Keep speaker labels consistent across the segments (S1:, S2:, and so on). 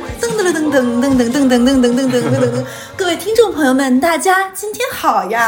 S1: 噔噔噔噔噔噔噔噔噔噔噔噔，各位听众朋友们，大家今天好呀！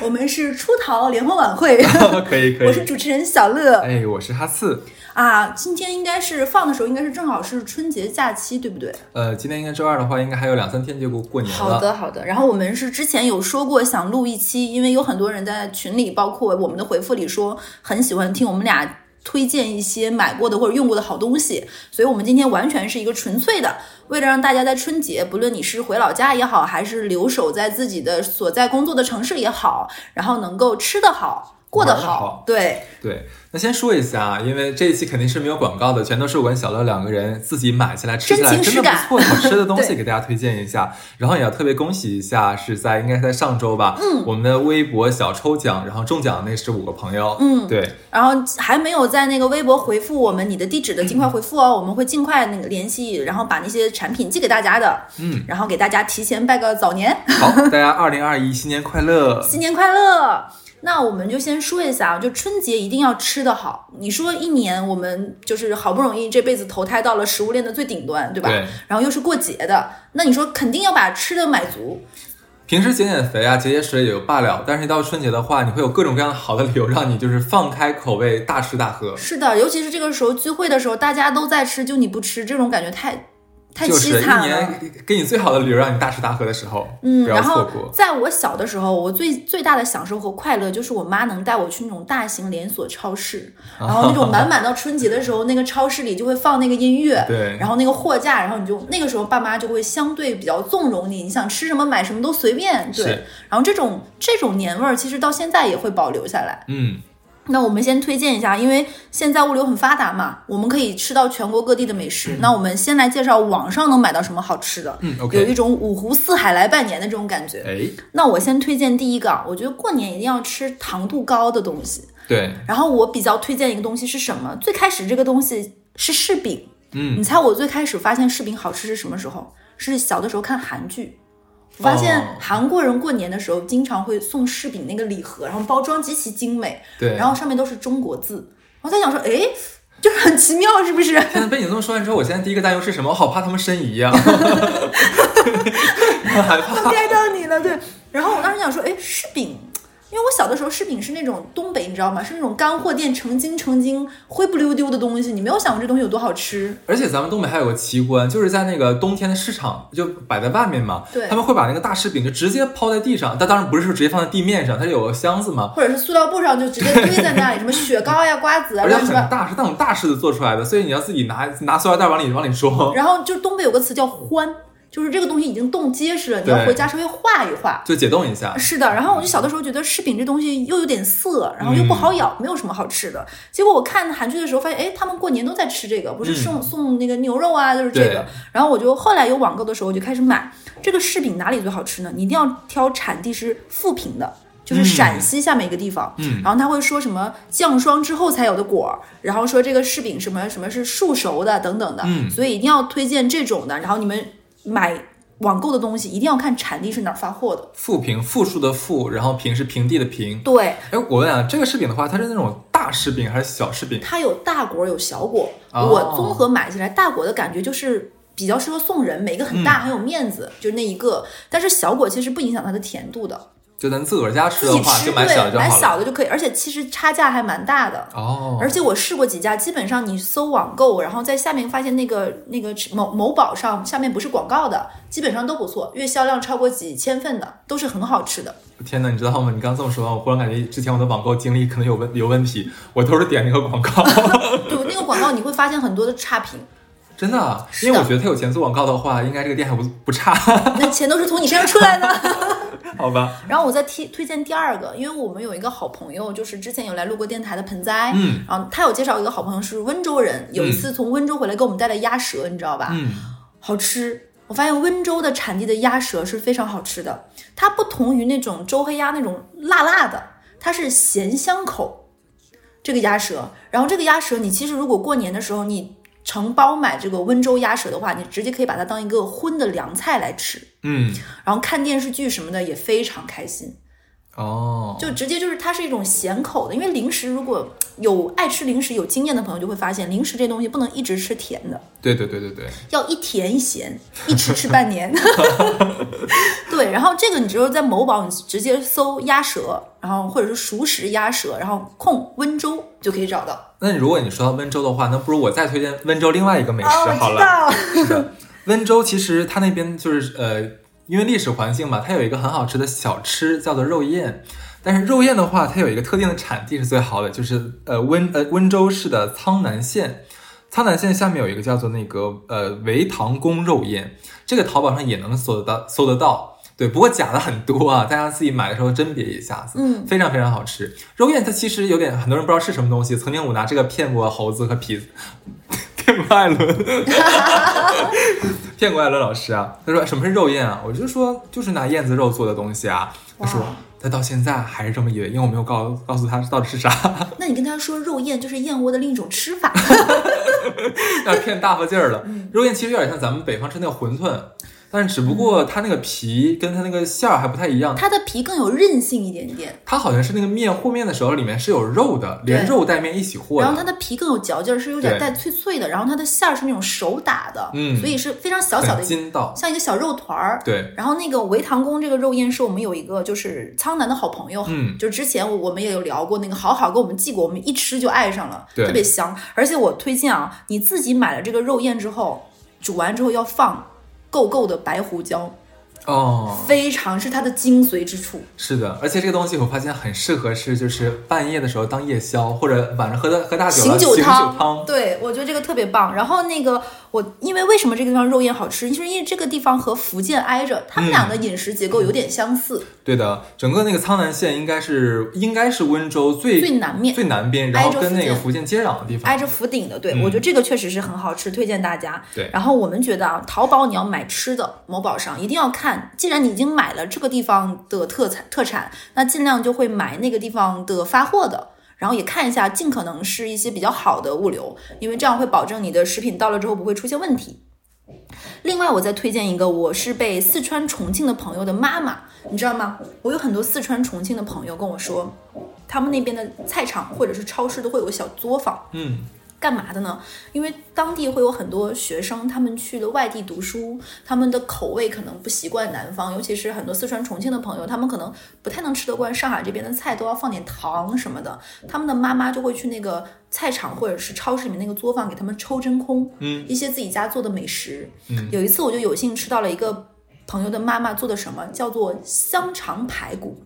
S1: 我们是出逃联欢晚会，
S2: 可以可以。
S1: 我是主持人小乐
S2: 哎，我是哈刺。
S1: 啊。今天应该是放的时候，应该是正好是春节假期，对不对？
S2: 呃，今天应该周二的话，应该还有两三天就过过年了。
S1: 好的，好的。然后我们是之前有说过想录一期，因为有很多人在群里，包括我们的回复里说很喜欢听我们俩推荐一些买过的或者用过的好东西，所以我们今天完全是一个纯粹的，为了让大家在春节，不论你是回老家也好，还是留守在自己的所在工作的城市也好，然后能够吃得好。过得
S2: 玩得好
S1: 对，
S2: 对，那先说一下啊，因为这一期肯定是没有广告的，全都是我跟小乐两个人自己买起来吃起来，
S1: 真情
S2: 真
S1: 实
S2: 的
S1: 感
S2: 不错的好吃的东西
S1: 对
S2: 给大家推荐一下。然后也要特别恭喜一下，是在应该在上周吧，嗯，我们的微博小抽奖，然后中奖的那是五个朋友，嗯，对，
S1: 然后还没有在那个微博回复我们你的地址
S2: 嗯
S1: 的，尽快回复哦，我们会尽快那个联系，然后把那些产品寄给大家的，
S2: 嗯，
S1: 然后给大家提前拜个早年，
S2: 好，大家二零二一新年快乐，
S1: 新年快乐。那我们就先说一下啊，就春节一定要吃得好。你说一年我们就是好不容易这辈子投胎到了食物链的最顶端，对吧？
S2: 对
S1: 然后又是过节的，那你说肯定要把吃的买足，
S2: 平时减减肥啊，节节食也就罢了，但是一到春节的话，你会有各种各样的好的理由让你就是放开口味大吃大喝，
S1: 是的，尤其是这个时候聚会的时候，大家都在吃，就你不吃，这种感觉太太
S2: 就是
S1: 凄
S2: 一
S1: 惨了。
S2: 年给你最好的理由让你大吃大喝的时候，
S1: 嗯，
S2: 不要
S1: 然
S2: 错
S1: 后
S2: 过。
S1: 在我小的时候，我最最大的享受和快乐就是我妈能带我去那种大型连锁超市，
S2: 啊
S1: 然后那种满满到春节的时 候，那个超市里就会放那个音乐，
S2: 对
S1: 呃然后那个货架，然后你就那个时候爸妈就会相对比较纵容你，你想吃什么买什么都随便，
S2: 是
S1: 对。然后这种这种年味儿，其实到现在也会保留下来。
S2: 嗯，
S1: 那我们先推荐一下，因为现在物流很发达嘛，我们可以吃到全国各地的美食。那我们先来介绍网上能买到什么好吃的，
S2: 嗯
S1: 有一
S2: ，OK，
S1: 种五湖四海来拜年的这种感觉。
S2: 哎，
S1: 那我先推荐第一个啊，我觉得过年一定要吃糖度高的东西。
S2: 对，
S1: 然后我比较推荐一个东西是什么？最开始这个东西是柿饼，
S2: 嗯
S1: 你猜我最开始发现柿饼好吃是什么时候？是小的时候看韩剧。我发现
S2: 哦
S1: 韩国人过年的时候经常会送柿饼那个礼盒，然后包装极其精美，
S2: 对。
S1: 然后上面都是中国字。我在想说，哎，就是很奇妙，是不是？
S2: 现在被你这么说完之后，我现在第一个担忧是什么？我好怕他们 申遗啊，很害怕。
S1: 该到你了，对。然后我当时想说，哎，柿饼，因为我小的时候柿饼是那种东北，你知道吗？是那种干货店成斤成斤灰不溜丢的东西，你没有想过这东西有多好吃。
S2: 而且咱们东北还有个奇观，就是在那个冬天的市场就摆在外面嘛，
S1: 对
S2: 他们会把那个大柿饼就直接抛在地上，但当然不是说直接放在地面上，它是有个箱子嘛，
S1: 或者是塑料布上就直接堆在那里， 什么雪糕呀、瓜子啊，
S2: 而且
S1: 乱七
S2: 很
S1: 八。
S2: 大，是那种大柿子做出来的，所以你要自己拿拿塑料袋往里往里装，
S1: 然后就东北有个词叫“欢”，就是这个东西已经冻结实了，你要
S2: 对
S1: 回家稍微化一化。
S2: 就解冻一下。
S1: 是的，然后我就小的时候觉得柿饼这东西又有点涩，然后又
S2: 嗯
S1: 不好咬，没有什么好吃的。结果我看韩剧的时候发现，哎，他们过年都在吃这个，不是
S2: 嗯
S1: 送、送那个牛肉啊，就是这
S2: 对
S1: 个。然后我就后来有网购的时候，我就开始买这个柿饼，哪里最好吃呢？你一定要挑产地是富平的。就是
S2: 嗯
S1: 陕西下面一个地方，
S2: 嗯
S1: 然后他会说什么降霜之后才有的果儿，然后说这个柿饼什么什么是树熟的等等的，
S2: 嗯
S1: 所以一定要推荐这种的。然后你们买网购的东西一定要看产地是哪儿发货的，
S2: 富平，富庶的富，然后平是平地的平。
S1: 对，
S2: 哎，我问啊，这个柿饼的话，它是那种大柿饼还是小柿饼？
S1: 它有大果儿有小果儿，
S2: 哦
S1: 我综合买起来，大果的感觉就是比较适合送人，每个很
S2: 嗯
S1: 大，很有面子，就是那一个。但是小果其实不影响它的甜度的，
S2: 就咱自个儿家吃
S1: 自
S2: 的
S1: 己
S2: 话，
S1: 吃
S2: 就买小
S1: 对，
S2: 就
S1: 买
S2: 好了。
S1: 小的就可以，而且其实差价还蛮大的。
S2: 哦，
S1: 而且我试过几家，基本上你搜网购，然后在下面发现那个那个某某宝上下面不是广告的，基本上都不错，月销量超过几千份的都是很好吃的。
S2: 天哪，你知道吗？你刚这么说完，我忽然感觉之前我的网购经历可能有问有问题，我都是点那个广告，
S1: 就那个广告你会发现很多的差评，
S2: 真的啊，
S1: 是的
S2: 因为我觉得他有钱做广告的话，应该这个店还不不差，
S1: 那钱都是从你身上出来的。
S2: 好吧？
S1: 然后我再推推荐第二个，因为我们有一个好朋友，就是之前有来录过电台的盆栽，
S2: 嗯
S1: 然后他有介绍一个好朋友是温州人，有一次从温州回来给我们带来鸭舌，你知道吧？
S2: 嗯，
S1: 好吃。我发现温州的产地的鸭舌是非常好吃的，它不同于那种周黑鸭那种辣辣的，它是咸香口。这个鸭舌，然后这个鸭舌，你其实如果过年的时候你成包买这个温州鸭舌的话，你直接可以把它当一个荤的凉菜来吃。
S2: 嗯，
S1: 然后看电视剧什么的也非常开心。
S2: 哦，
S1: 就直接就是它是一种咸口的，因为零食如果有爱吃零食有经验的朋友就会发现，零食这东西不能一直吃甜的，
S2: 对对对对对，
S1: 要一甜一咸，一吃吃半 年。对，然后这个你只有在某宝你直接搜鸭舌，然后或者是熟食鸭舌，然后控温州就可以找到。
S2: 那如果你说到温州的话，那不如我再推荐温州另外一个美食
S1: 哦，
S2: 好
S1: 我知
S2: 了。
S1: 道，
S2: 是的，温州其实它那边就是呃，因为历史环境嘛，它有一个很好吃的小吃叫做肉燕。但是肉燕的话，它有一个特定的产地是最好的，就是呃温呃温州市的苍南县。苍南县下面有一个叫做那个呃维塘宫肉燕，这个淘宝上也能搜得到搜得到。对，不过假的很多啊，大家自己买的时候甄别一下子。
S1: 嗯，
S2: 非常非常好吃。肉燕它其实有点很多人不知道是什么东西，曾经我拿这个骗过猴子和痞子， 骗过艾伦， 骗过艾伦老师啊。他说什么是肉燕啊？我就说就是拿燕子肉做的东西啊。他说
S1: 哇
S2: 他到现在还是这么以为，因为我没有告告诉他到底是啥，
S1: 那你跟他说肉燕就是燕窝的另一种吃法，
S2: 要骗大发劲儿了。
S1: 嗯
S2: 肉燕其实有点像咱们北方吃那个馄饨。但是只不过它那个皮跟它那个馅儿还不太一样，
S1: 嗯它的皮更有韧性一点点，
S2: 它好像是那个面和面的时候里面是有肉的，连
S1: 对
S2: 肉带面一起和的。
S1: 然后它的皮更有嚼劲儿，是有点
S2: 对
S1: 带脆脆的，然后它的馅儿是那种手打的，
S2: 嗯
S1: 所以是非常小小的
S2: 很，筋道，
S1: 像一个小肉团儿。
S2: 对，
S1: 然后那个维唐宫这个肉燕是我们有一个就是苍南的好朋友，
S2: 嗯
S1: 就之前我我们也有聊过，那个好好给我们寄过，我们一吃就爱上了，
S2: 对
S1: 特别香。而且我推荐啊，你自己买了这个肉燕之后，煮完之后要放够够的白胡椒，
S2: 哦，
S1: 非常是它的精髓之处。
S2: 是的，而且这个东西我发现很适合是就是半夜的时候当夜宵，或者晚上喝的喝大酒了
S1: 醒酒
S2: 醒
S1: 汤，
S2: 酒汤，
S1: 对我觉得这个特别棒。然后那个我，因为为什么这个地方肉燕好吃，就是因为这个地方和福建挨着，他们
S2: 嗯
S1: 俩的饮食结构有点相似，
S2: 对的，整个那个苍南县应该是应该是温州最
S1: 最南面
S2: 最南边，然
S1: 挨着
S2: 后跟那个
S1: 福
S2: 福建接壤的地方，
S1: 挨着福鼎的。对、
S2: 嗯
S1: 我觉得这个确实是很好吃，推荐大家。
S2: 对
S1: 然后我们觉得啊，淘宝你要买吃的，某宝上一定要看，既然你已经买了这个地方的特产特产，那尽量就会买那个地方的发货的。然后也看一下，尽可能是一些比较好的物流，因为这样会保证你的食品到了之后不会出现问题。另外，我再推荐一个，我是被四川重庆的朋友的妈妈，你知道吗？我有很多四川重庆的朋友跟我说，他们那边的菜场或者是超市都会有个小作坊，
S2: 嗯，
S1: 干嘛的呢？因为当地会有很多学生，他们去了外地读书，他们的口味可能不习惯南方，尤其是很多四川、重庆的朋友，他们可能不太能吃得惯上海这边的菜，都要放点糖什么的。他们的妈妈就会去那个菜场或者是超市里面那个作坊给他们抽真空，
S2: 嗯，
S1: 一些自己家做的美食。
S2: 嗯，
S1: 有一次我就有幸吃到了一个朋友的妈妈做的什么，叫做香肠排骨。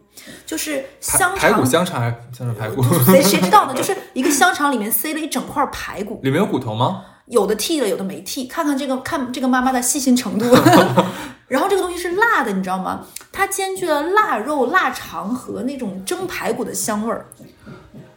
S1: 就是香
S2: 排排骨
S1: 肠，
S2: 香肠还是香肠排骨，
S1: 谁谁知道呢？就是一个香肠里面塞了一整块排骨，
S2: 里面有骨头吗？
S1: 有的剃了，有的没剃，看看这个看这个妈妈的细心程度。然后这个东西是辣的，你知道吗？它兼具了腊肉、腊肠和那种蒸排骨的香味儿，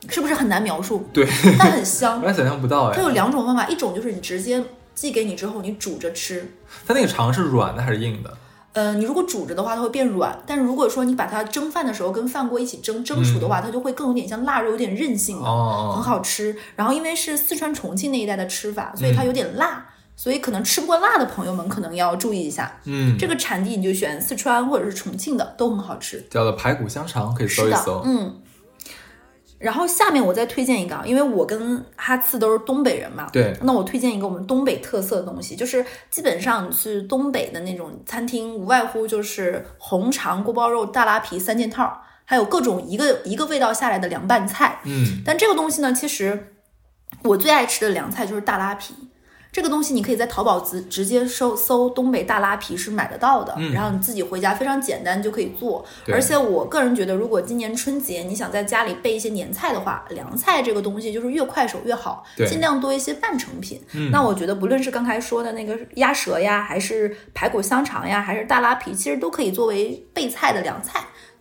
S1: 是不是很难描述？
S2: 对，
S1: 但很
S2: 我
S1: 香。
S2: 也想象不到
S1: 它
S2: 哎，
S1: 有两种方法，一种就是你直接寄给你之后，你煮着吃。
S2: 它那个肠是软的还是硬的？
S1: 呃，你如果煮着的话，它会变软；但是如果说你把它蒸饭的时候跟饭锅一起蒸，蒸熟的话，它就会更有点像腊肉，有点韧性
S2: 哦
S1: 了。很
S2: 哦，
S1: 好吃。然后因为是四川重庆那一带的吃法，所以
S2: 嗯
S1: 它有点辣，所以可能吃不惯辣的朋友们可能要注意一下。
S2: 嗯，
S1: 这个产地你就选四川或者是重庆的，都很好吃。
S2: 叫做排骨香肠，可以搜
S1: 是
S2: 一
S1: 的
S2: 搜，，
S1: 嗯。然后下面我再推荐一个，啊，因为我跟哈次都是东北人嘛，
S2: 对
S1: 那我推荐一个我们东北特色的东西，就是基本上去东北的那种餐厅，无外乎就是红肠、锅包肉、大拉皮三件套，还有各种一个一个味道下来的凉拌菜。
S2: 嗯，
S1: 但这个东西呢，其实我最爱吃的凉菜就是大拉皮。这个东西你可以在淘宝直直接搜搜东北大拉皮是买得到的，
S2: 嗯
S1: 然后你自己回家非常简单就可以做。
S2: 对
S1: 而且我个人觉得，如果今年春节你想在家里备一些年菜的话，凉菜这个东西就是越快手越好，
S2: 对
S1: 尽量多一些半成品。
S2: 嗯
S1: 那我觉得不论是刚才说的那个鸭舌呀，还是排骨香肠呀，还是大拉皮，其实都可以作为备菜的凉菜。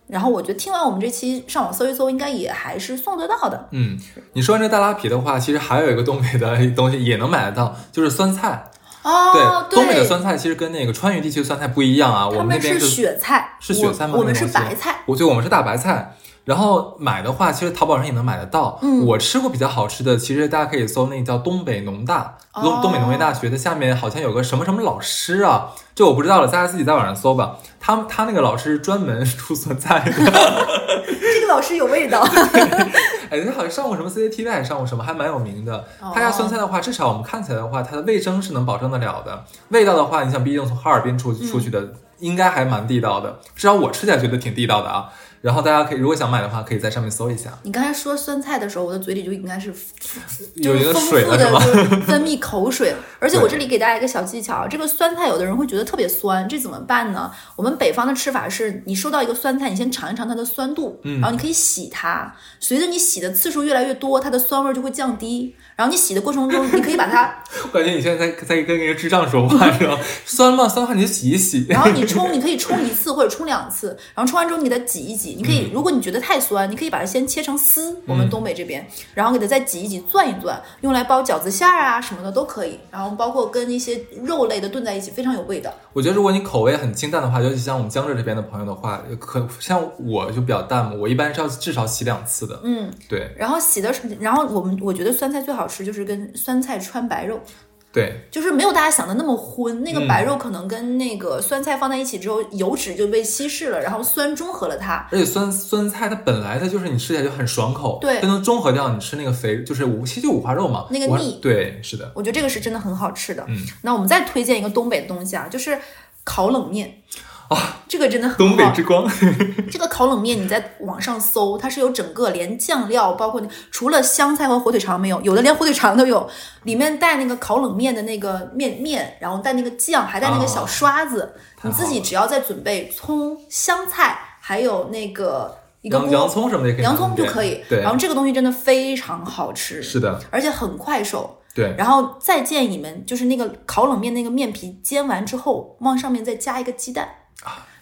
S1: 然后我觉得听完我们这期上网搜一搜，应该也还是送得到的。
S2: 嗯，你说完这大拉皮的话，其实还有一个东北的东西也能买得到，就是酸菜。
S1: 哦，
S2: 东北的酸菜其实跟那个川渝地区的酸菜不一样啊，我
S1: 他
S2: 那
S1: 们
S2: 边
S1: 是
S2: 是
S1: 雪菜，
S2: 是雪菜吗？
S1: 我我们
S2: 那
S1: 是
S2: 种
S1: 白菜。。
S2: 我对，我们是大白菜。然后买的话，其实淘宝上也能买得到。
S1: 嗯
S2: 我吃过比较好吃的，其实大家可以搜那个叫东北农大，
S1: 哦
S2: 东、东北农业大学的下面好像有个什么什么老师啊，这我不知道了，大家自己在网上搜吧。他他那个老师是专门 出酸菜的，
S1: 这个老师有味道。
S2: 哎，人家好像上过什么 CCTV，还上过什么，还蛮有名的。
S1: 哦
S2: 他家酸菜的话，至少我们看起来的话，它的卫生是能保证得了的。味道的话，你想，毕竟从哈尔滨
S1: 嗯
S2: 出出去的，应该还蛮地道的，至少我吃起来觉得挺地道的啊。然后大家可以如果想买的话，可以在上面搜一下。
S1: 你刚才说酸菜的时候，我的嘴里就应该是
S2: 有一
S1: 就是
S2: 个
S1: 丰
S2: 水
S1: 富
S2: 了
S1: 的
S2: 是 吧？
S1: 就是分泌口 水。而且我
S2: 对
S1: 这里给大家一个小技巧，这个酸菜有的人会觉得特别酸，这怎么办呢？我们北方的吃法是，你收到一个酸菜，你先尝一尝它的酸度，
S2: 嗯
S1: 然后你可以洗它，随着你洗的次数越来越多，它的酸味就会降低。然后你洗的过程中，你可以把它，
S2: 我感觉你现在在在跟一个智障说话是吧？ 酸吗？酸的话你就洗一洗。
S1: 然后你冲，你可以冲一次或者冲两次，然后冲完之后你给它挤一挤。你可以，如果你觉得太酸，你可以把它先切成丝，我们东北这边，然后给它再挤一挤，攥一攥，用来包饺子馅儿啊什么的都可以。然后包括跟一些肉类的炖在一起，非常有味道。
S2: 我觉得如果你口味很清淡的话，尤其像我们江浙这边的朋友的话，可像我就比较淡嘛，我一般是要至少洗两次的。
S1: 嗯，
S2: 对
S1: 然后洗的时，然后我们我觉得酸菜最好吃就是跟酸菜穿白肉，
S2: 对，
S1: 就是没有大家想的那么荤。那个
S2: 嗯
S1: 白肉可能跟那个酸菜放在一起之后，油脂就被稀释了，然后酸中和了它。
S2: 而且酸酸菜它本来它就是你吃起来就很爽口，
S1: 对
S2: 它能中和掉你吃那个肥，就是五其实就五花肉嘛，
S1: 那个
S2: 五花
S1: 腻
S2: 对，是的，
S1: 我觉得这个是真的很好吃的。
S2: 嗯，
S1: 那我们再推荐一个东北的东西啊，就是烤冷面啊， 这个真的很好。
S2: 东北之光，
S1: 这哦个烤冷面你在网上搜，它是有整个连酱料，包括那除了香菜和火腿肠没有，有的连火腿肠都有，里面带那个烤冷面的那个面面，然后带那个酱，还带那个小刷子，
S2: 啊太
S1: 你
S2: 好
S1: 自己只要再准备葱、香菜，还有那个一个
S2: 洋
S1: 锅
S2: 洋葱什么的也可以，
S1: 洋葱就可以。
S2: 对
S1: 然，后这个东西真的非常好吃，
S2: 是的，
S1: 而且很快手。
S2: 对，
S1: 然后再建议你们，就是那个烤冷面那个面皮煎完之后，往上面再加一个鸡蛋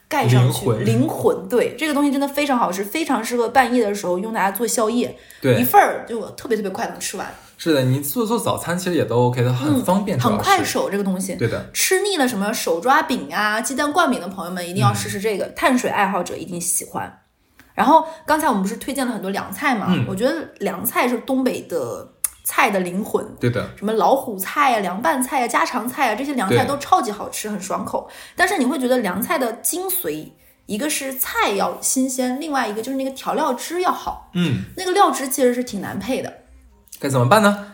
S1: 盖上去，
S2: 啊灵魂
S1: 灵魂对这个东西真的非常好吃，非常适合半夜的时候用大家做宵夜，一
S2: 对，
S1: 份儿就特别特别快能吃完，
S2: 是的，你做做早餐其实也都 OK 的，很方便，主
S1: 嗯很
S2: 要
S1: 快
S2: 是，
S1: 手这个东西。
S2: 对的，
S1: 吃腻了什么手抓饼啊、鸡蛋灌饼的朋友们，一定要
S2: 嗯
S1: 试试这个，碳水爱好者一定喜欢。然后刚才我们不是推荐了很多凉菜嘛？
S2: 嗯
S1: 我觉得凉菜是东北的菜的灵魂，
S2: 对的，
S1: 什么老虎菜呀、凉拌菜呀、啊家常菜呀，这些凉菜
S2: 对
S1: 都超级好吃，很爽口。但是你会觉得凉菜的精髓，一个是菜要新鲜，另外一个就是那个调料汁要好。
S2: 嗯，
S1: 那个料汁其实是挺难配的，
S2: 该怎么办呢？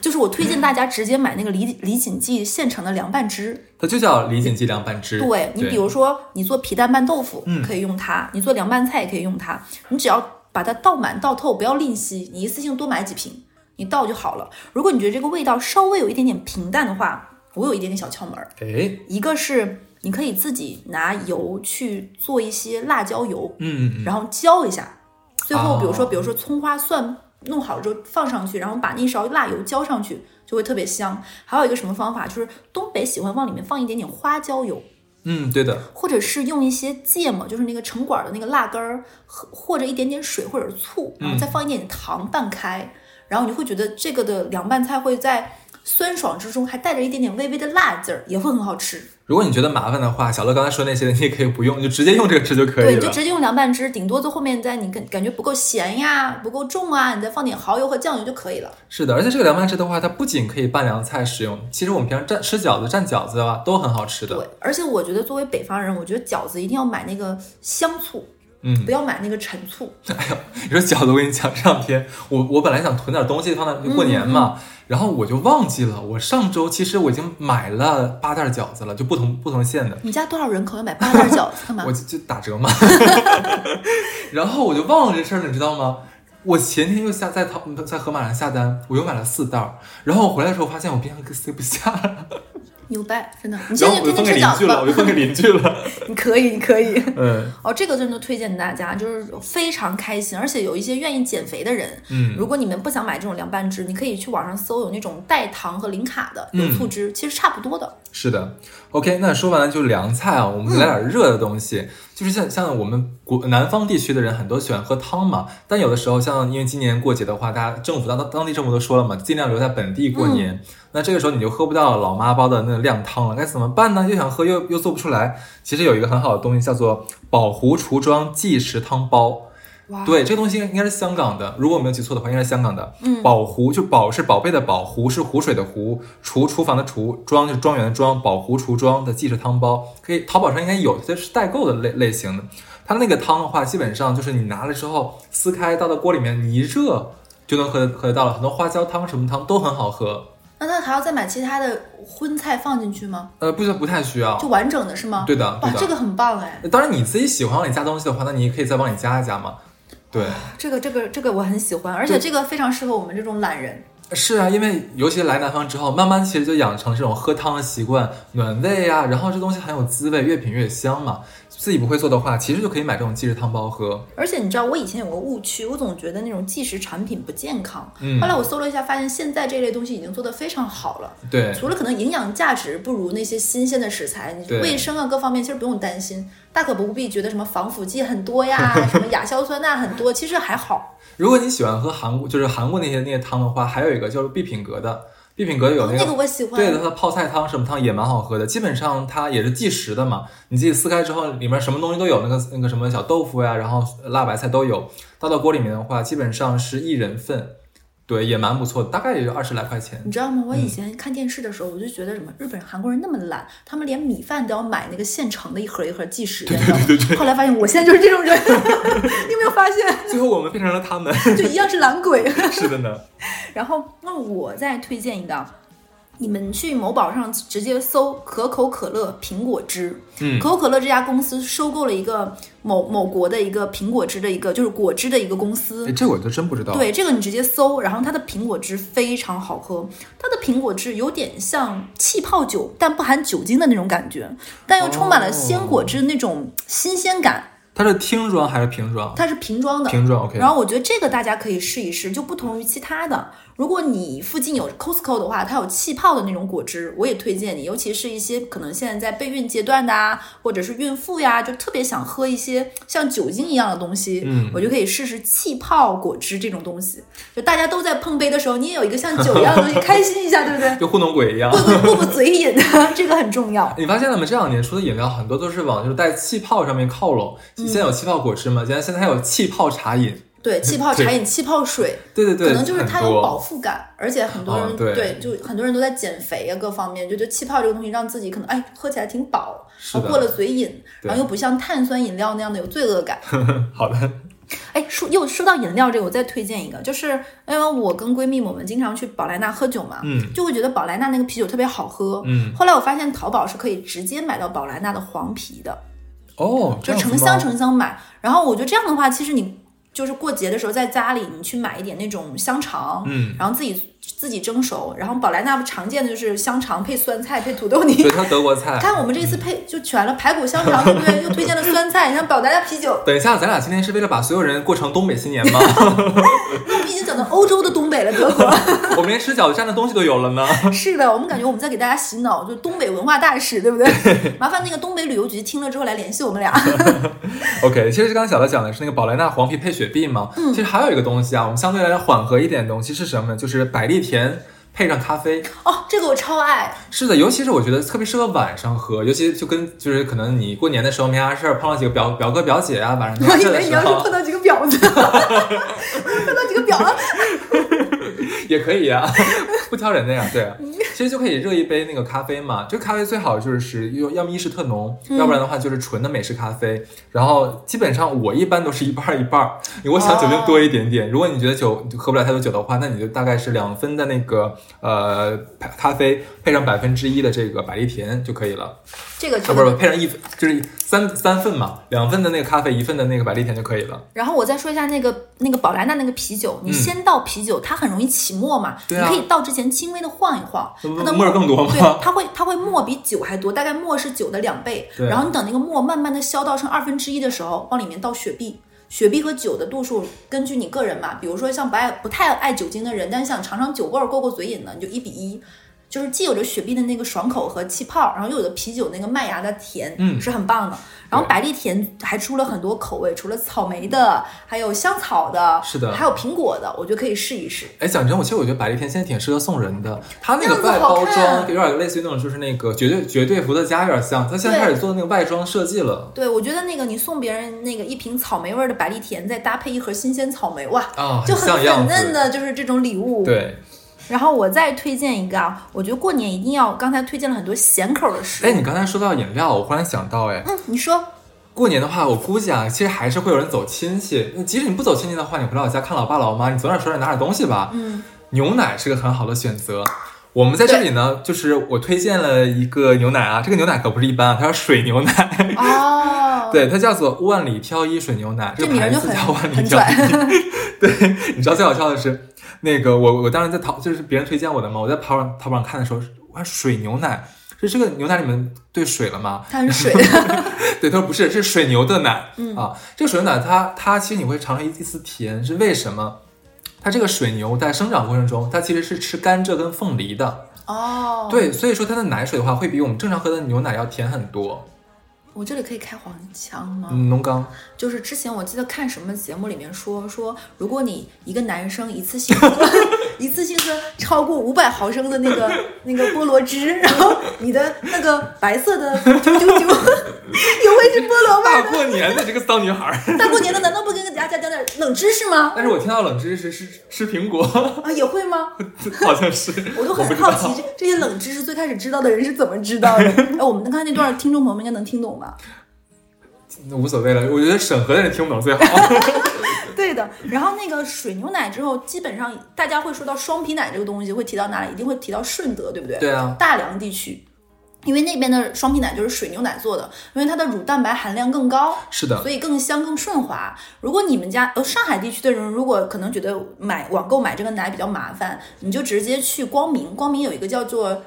S1: 就是我推荐大家直接买那个李李锦记现成的凉拌汁。
S2: 它就叫李锦记凉拌汁，
S1: 对你，比如说你做皮蛋拌豆腐，
S2: 嗯
S1: 可以用它；你做凉拌菜也可以用它。你只要把它倒满倒透，不要吝惜，你一次性多买几瓶，你倒就好了。如果你觉得这个味道稍微有一点点平淡的话，我有一点点小窍门儿，
S2: 哎，
S1: 一个是你可以自己拿油去做一些辣椒油，
S2: 嗯嗯嗯，
S1: 然后浇一下，最后
S2: 哦
S1: 比如说、比如说葱花蒜弄好了之后放上去，然后把那勺辣油浇上去，就会特别香。还有一个什么方法，就是东北喜欢往里面放一点点花椒油。
S2: 嗯，对的，
S1: 或者是用一些芥末，就是那个城管的那个辣根儿，和或者一点点水或者醋，然后
S2: 嗯
S1: 再放一点点糖拌开，然后你会觉得这个的凉拌菜会在酸爽之中还带着一点点微微的辣劲儿，也会很好吃。
S2: 如果你觉得麻烦的话，小乐刚才说那些你也可以不用，你就直接用这个吃就可
S1: 对，
S2: 以
S1: 你就
S2: 了。
S1: 直接用凉拌汁，顶多在后面再你感感觉不够咸呀、不够重啊，你再放点蚝油和酱油就可以了。
S2: 是的，而且这个凉拌汁的话，它不仅可以拌凉菜使用，其实我们平常蘸吃饺子、蘸饺子的话都很好吃的。
S1: 对，而且我觉得作为北方人，我觉得饺子一定要买那个香醋，
S2: 嗯
S1: 不要买那个陈醋。
S2: 你说饺子，我跟你讲，这两天 我我本来想囤点东西放在就过年
S1: 嗯
S2: 嘛，然后我就忘记了，我上周其实我已经买了八袋饺子了，就不同不同县的，
S1: 你家多少人口要买八袋饺子干嘛
S2: 我？就就打折嘛。 然后我就忘了这事儿了，你知道吗？我前天又下在淘在盒马上下单，我又买了四袋儿，然后我回来的时候发现我冰箱塞不下了，
S1: 牛掰，真的！你现
S2: 然
S1: 在
S2: 后
S1: 就
S2: 我
S1: 天天
S2: 就分给
S1: 吃
S2: 邻
S1: 饺
S2: 居
S1: 子
S2: 了，
S1: 吧
S2: 我。就分给邻居了。
S1: 你可以，你可以。
S2: 嗯
S1: 哦，这个真的推荐大家，就是非常开心，而且有一些愿意减肥的人，
S2: 嗯，
S1: 如果你们不想买这种凉拌汁，你可以去网上搜有那种带糖和零卡的
S2: 嗯
S1: 有醋汁，其实差不多的。
S2: 是的，OK，那说完了就是凉菜啊，我们来点热的东西，就是像像我们国南方地区的人很多喜欢喝汤嘛，但有的时候像因为今年过节的话，大家政府当当地政府都说了嘛，尽量留在本地过年，那这个时候你就喝不到老妈煲的那个靓汤了，该怎么办呢？又想喝又又做不出来，其实有一个很好的东西叫做宝湖厨庄即食汤包。
S1: 哇，
S2: 对，这个东西应该是香港的，如果我没有记错的话，应该是香港的。
S1: 嗯
S2: 宝湖就宝是宝贝的宝，湖是湖水的湖，厨厨房的厨，庄就是庄园的庄，宝湖厨庄的记是汤包，可以淘宝上应该有，这是代购的类类型的。它那个汤的话，基本上就是你拿了之后撕开倒到锅里面，你一热就能喝喝得到了。很多花椒汤什么汤都很好喝，
S1: 那他还要再买其他的荤菜放进去吗？
S2: 呃，不需不太需要。
S1: 就完整的是吗？
S2: 对的，对
S1: 哇，
S2: 的。
S1: 这个很棒哎，
S2: 当然你自己喜欢往里加东西的话，那你也可以再往里加一加嘛。对，
S1: 这个这个这个我很喜欢，而且这个非常适合我们这种懒人。
S2: 是啊，因为尤其来南方之后，慢慢其实就养成这种喝汤的习惯，暖胃啊，然后这东西很有滋味，越品越香嘛。自己不会做的话，其实就可以买这种即食汤包喝。
S1: 而且你知道，我以前有个误区，我总觉得那种即食产品不健康。
S2: 嗯
S1: 后来我搜了一下，发现现在这类东西已经做得非常好了。
S2: 对，
S1: 除了可能营养价值不如那些新鲜的食材，你
S2: 对
S1: 卫生啊各方面其实不用担心，大可不必觉得什么防腐剂很多 呀，什么亚硝酸钠很多，其实还好。
S2: 如果你喜欢喝韩国，就是韩国那些那些汤的话，还有一个就是必品阁的，必品阁有那
S1: 那个
S2: 个。
S1: 我喜欢。
S2: 对的，它的泡菜汤什么汤也蛮好喝的，基本上它也是即食的嘛。你自己撕开之后，里面什么东西都有，那个那个什么小豆腐呀、然后辣白菜都有。倒到锅里面的话，基本上是一人份，对，也蛮不错的，大概也就二十来块钱。
S1: 你知道吗？我以前看电视的时候，我就觉得什么日本人、韩国人那么懒，他们连米饭都要买那个现成的一盒一盒即食的。你知道吗后来发现我现在就是这种人， 你有没有发现？
S2: 最后我们变成了他 们。
S1: 就一样是懒鬼。
S2: 是的呢，
S1: 然后，那我再推荐一个啊，你们去某宝上直接搜可口可乐苹果汁。
S2: 嗯
S1: 可口可乐这家公司收购了一个某某国的一个苹果汁的一个就是果汁的一个公司
S2: 哎，。这我就真不知道。，
S1: 对，这个你直接搜，然后它的苹果汁非常好喝，它的苹果汁有点像气泡酒，但不含酒精的那种感觉，但又充满了鲜果汁那种新鲜感。
S2: 它是听装还是瓶装？
S1: 它是瓶装的，
S2: 瓶装 OK。
S1: 然后我觉得这个大家可以试一试，就不同于其他的。如果你附近有 Costco 的话，它有气泡的那种果汁，我也推荐你，尤其是一些可能现在在备孕阶段的啊，或者是孕妇呀，就特别想喝一些像酒精一样的东西，
S2: 嗯
S1: 我就可以试试气泡果汁这种东西。就大家都在碰杯的时候，你也有一个像酒一样的东西，开心一下，对不 对？
S2: 就糊弄鬼一样。
S1: 过过过嘴瘾，啊这个很重要。
S2: 你发现了吗？这两年出的饮料很多都是往就是带气泡上面靠拢。
S1: 嗯
S2: 现在有气泡果汁嘛，现在现在还有气泡茶饮。
S1: 对，气 泡茶饮、气泡水，
S2: 对对对，
S1: 可能就是它
S2: 很
S1: 有饱
S2: 多。
S1: 腹感，而且很多人、
S2: 嗯对嗯
S1: 就很多人都在减肥啊，各方面就觉得气泡这个东西让自己可能哎喝起来挺饱，
S2: 是
S1: 然
S2: 的
S1: 后过了嘴瘾，
S2: 对
S1: 然后又不像碳酸饮料那样的有罪恶感。
S2: 好的，
S1: 哎，说又说到饮料这个，我再推荐一个，就是因为我跟闺蜜我们经常去宝莱纳喝酒嘛，
S2: 嗯
S1: 就会觉得宝莱纳那个啤酒特别好喝。
S2: 嗯，
S1: 后来我发现淘宝是可以直接买到宝莱纳的黄啤的，
S2: 哦，这
S1: 就
S2: 样子
S1: 成
S2: 吗
S1: 箱。成箱买。然后我觉得这样的话，其实你就是过节的时候在家里，你去买一点那种香肠，
S2: 嗯，
S1: 然后自己自己蒸熟。然后宝莱纳常见的就是香肠配酸菜配土豆泥。
S2: 对，它德国菜。
S1: 看我们这次配就全了，排骨香肠对不对？又推荐了酸菜，你看宝莱纳啤酒，
S2: 等一下，咱俩今天是为了把所有人过成东北新年 吗？
S1: 那我们已经讲到欧洲的东北了，德国。
S2: 我们连吃饺子蘸的东西都有了呢。
S1: 是的，我们感觉我们在给大家洗脑，就东北文化大使，对不 对？麻烦那个东北旅游局听了之后来联系我们俩。
S2: OK，其实刚才小乐讲的是那个宝莱纳黄皮配雪碧嘛，
S1: 嗯
S2: 其实还有一个东西啊，我们相对来缓和一点的东西是什么呢？就是百利甜配上咖啡。
S1: 哦，这个我超爱，
S2: 是的，尤其是我觉得特别适合晚上喝，尤其就跟就是可能你过年的时候没啥事儿，碰到几个表表哥表姐啊，晚上
S1: 我
S2: 没
S1: 以
S2: 事儿的
S1: 为你
S2: 时
S1: 要说
S2: 候
S1: 碰到几个婊 子， 碰到几个婊子，
S2: 也可以啊，不挑人的呀，对啊，其实就可以热一杯那个咖啡嘛，这个咖啡最好就是要要么意式特浓，要不然的话就是纯的美式咖啡，然后基本上我一般都是一半儿一半儿，我想酒精多一点点，如果你觉得酒喝不了太多酒的话，那你就大概是两分的那个呃咖啡配上百分之一的这个百利甜就可以了。
S1: 这个
S2: 啊，
S1: 就
S2: 不是，不是配上一份就是三三份嘛，两份的那个咖啡，一份的那个百利甜就可以了。
S1: 然后我再说一下那个那个宝莱纳那个啤酒，你
S2: 嗯
S1: 先倒啤酒，它很容易起沫嘛，
S2: 对啊
S1: 你可以倒之前轻微的晃一晃，
S2: 那
S1: 它
S2: 不
S1: 的
S2: 沫儿更多吗
S1: 对，它会它会沫比酒还多，大概沫是酒的两倍。
S2: 对
S1: 然后你等那个沫慢慢的消到剩二分之一的时候，往里面倒雪碧。雪碧和酒的度数根据你个人嘛，比如说像不爱不太爱酒精的人，但是想尝尝酒味儿过过嘴瘾的，你就一比一。就是既有着雪碧的那个爽口和气泡，然后又有着啤酒那个麦芽的甜，
S2: 嗯
S1: 是很棒的。然后百利甜还出了很多口味，除了草莓的，还有香草的，
S2: 是的
S1: 还有苹果的，我觉得可以试一试。
S2: 哎，讲真，我其实我觉得百利甜现在挺适合送人的，它那
S1: 样
S2: 个
S1: 子
S2: 外
S1: 好
S2: 包装
S1: 看
S2: 有点类似于那种，就是那个绝对绝对伏特加有点像，它现在
S1: 对
S2: 开始做那个外装设计了
S1: 对，我觉得那个你送别人那个一瓶草莓味儿的百利甜，再搭配一盒新鲜草莓，哇，
S2: 啊，
S1: 就
S2: 很
S1: 很
S2: 像样
S1: 粉嫩
S2: 子。
S1: 的，就是这种礼物。
S2: 对，
S1: 然后我再推荐一个啊，我觉得过年一定要，刚才推荐了很多咸口的食物。
S2: 哎，你刚才说到饮料，我忽然想到，哎，
S1: 嗯，你说
S2: 过年的话，我估计啊，其实还是会有人走亲戚。即使你不走亲戚的话，你回老家看老爸老妈，你总得手里拿点东西吧。
S1: 嗯，
S2: 牛奶是个很好的选择。我们在这里呢，就是我推荐了一个牛奶啊，这个牛奶可不是一般啊，它是水牛奶，
S1: 哦，
S2: 对，它叫做万里挑一水牛奶，
S1: 这
S2: 个
S1: 名
S2: 牌
S1: 儿就
S2: 子
S1: 很
S2: 叫万里
S1: 很
S2: 挑一。
S1: 拽，
S2: 对，你知道最好笑的是，那个我我当时在淘，就是别人推荐我的嘛，我在淘宝上淘宝上看的时候，哇，水牛奶，是这个牛奶里面兑水了吗？
S1: 它是水，
S2: 对，他说不是，是水牛的奶、
S1: 嗯
S2: 啊。这个水牛奶它它其实你会尝出一丝甜，是为什么？它这个水牛在生长过程中，它其实是吃甘蔗跟凤梨的，
S1: 哦，，
S2: 对，所以说它的奶水的话会比我们正常喝的牛奶要甜很
S1: 哦
S2: 多。
S1: 我这里可以开黄腔吗？
S2: 嗯，农刚，
S1: 就是之前我记得看什么节目里面说说，如果你一个男生一次性 一次性喝超过五百毫升的那个那个菠萝汁，然后你的那个白色的九九九也会是菠萝味
S2: 大
S1: 儿
S2: 过年的这个骚女孩儿，
S1: 的。大过年的难道不给大家讲点冷知识吗？
S2: 但是我听到冷知识是吃苹果，
S1: 啊，也会吗？
S2: 好像是，
S1: 我都
S2: 我不
S1: 很
S2: 知
S1: 好
S2: 道。
S1: 奇这这些冷知识最开始知道的人是怎么知 道的。哎，我们刚才那段听众朋友们应该能听懂吧？
S2: 那无所谓了，我觉得审核的人听不懂最好。
S1: 对的，然后那个水牛奶之后，基本上大家会说到双皮奶这个东西，会提到哪里？一定会提到顺德，对不对？
S2: 对啊，
S1: 大梁地区，因为那边的双皮奶就是水牛奶做的，因为它的乳蛋白含量更高，
S2: 是的，
S1: 所以更香更顺滑。如果你们家呃上海地区的人，如果可能觉得买网购买这个奶比较麻烦，你就直接去光明，光明有一个叫做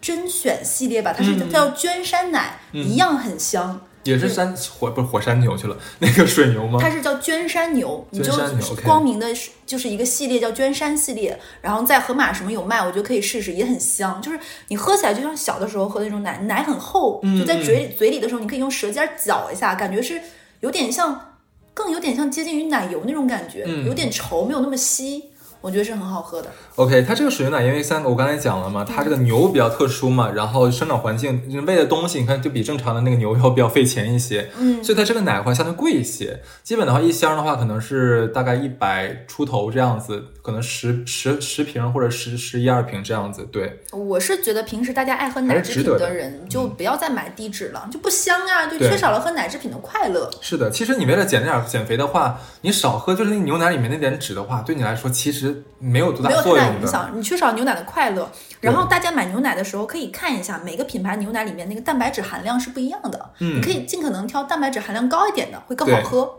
S1: 甄选系列吧，它是
S2: 嗯
S1: 叫娟山奶，一样很香。
S2: 也是山火不是火山牛去了，那个水牛吗？
S1: 它是叫娟嗯山牛，嗯你
S2: 娟
S1: 就
S2: 山牛，OK
S1: 光明的是就是一个系列叫娟山系列，然后在盒马什么有卖，我觉得可以试试，也很香。就是你喝起来就像小的时候喝的那种奶，奶很厚，
S2: 嗯
S1: 就在嘴嘴里的时候，你可以用舌尖搅一下，感觉是有点像，更有点像接近于奶油那种感觉，
S2: 嗯
S1: 有点稠，没有那么稀，我觉得是很好喝的。
S2: OK，它这个水牛奶，因为三个我刚才讲了嘛，它这个牛比较特殊嘛，然后生长环境人喂的东西，你看就比正常的那个牛要比较费钱一些，
S1: 嗯，
S2: 所以它这个奶的话相对贵一些。基本的话，一箱的话可能是大概一百出头这样子，可能十十十瓶或者十十一二瓶这样子。对，
S1: 我是觉得平时大家爱喝奶
S2: 还是
S1: 制
S2: 值
S1: 品
S2: 得的
S1: 的人，就不要再买低脂了，就不香啊，就
S2: 对
S1: 缺少了喝奶制品的快乐。
S2: 是的。其实你为了减那点减肥的话，你少喝就是那牛奶里面那点脂的话，对你来说其实没有多
S1: 没
S2: 大
S1: 有太
S2: 作
S1: 大
S2: 用
S1: 影
S2: 的。
S1: 响，你缺少牛奶的快乐。
S2: 对
S1: 然后大家买牛奶的时候可以看一下每个品牌牛奶里面那个蛋白质含量是不一样的，
S2: 嗯
S1: 你可以尽可能挑蛋白质含量高一点的，会更好喝。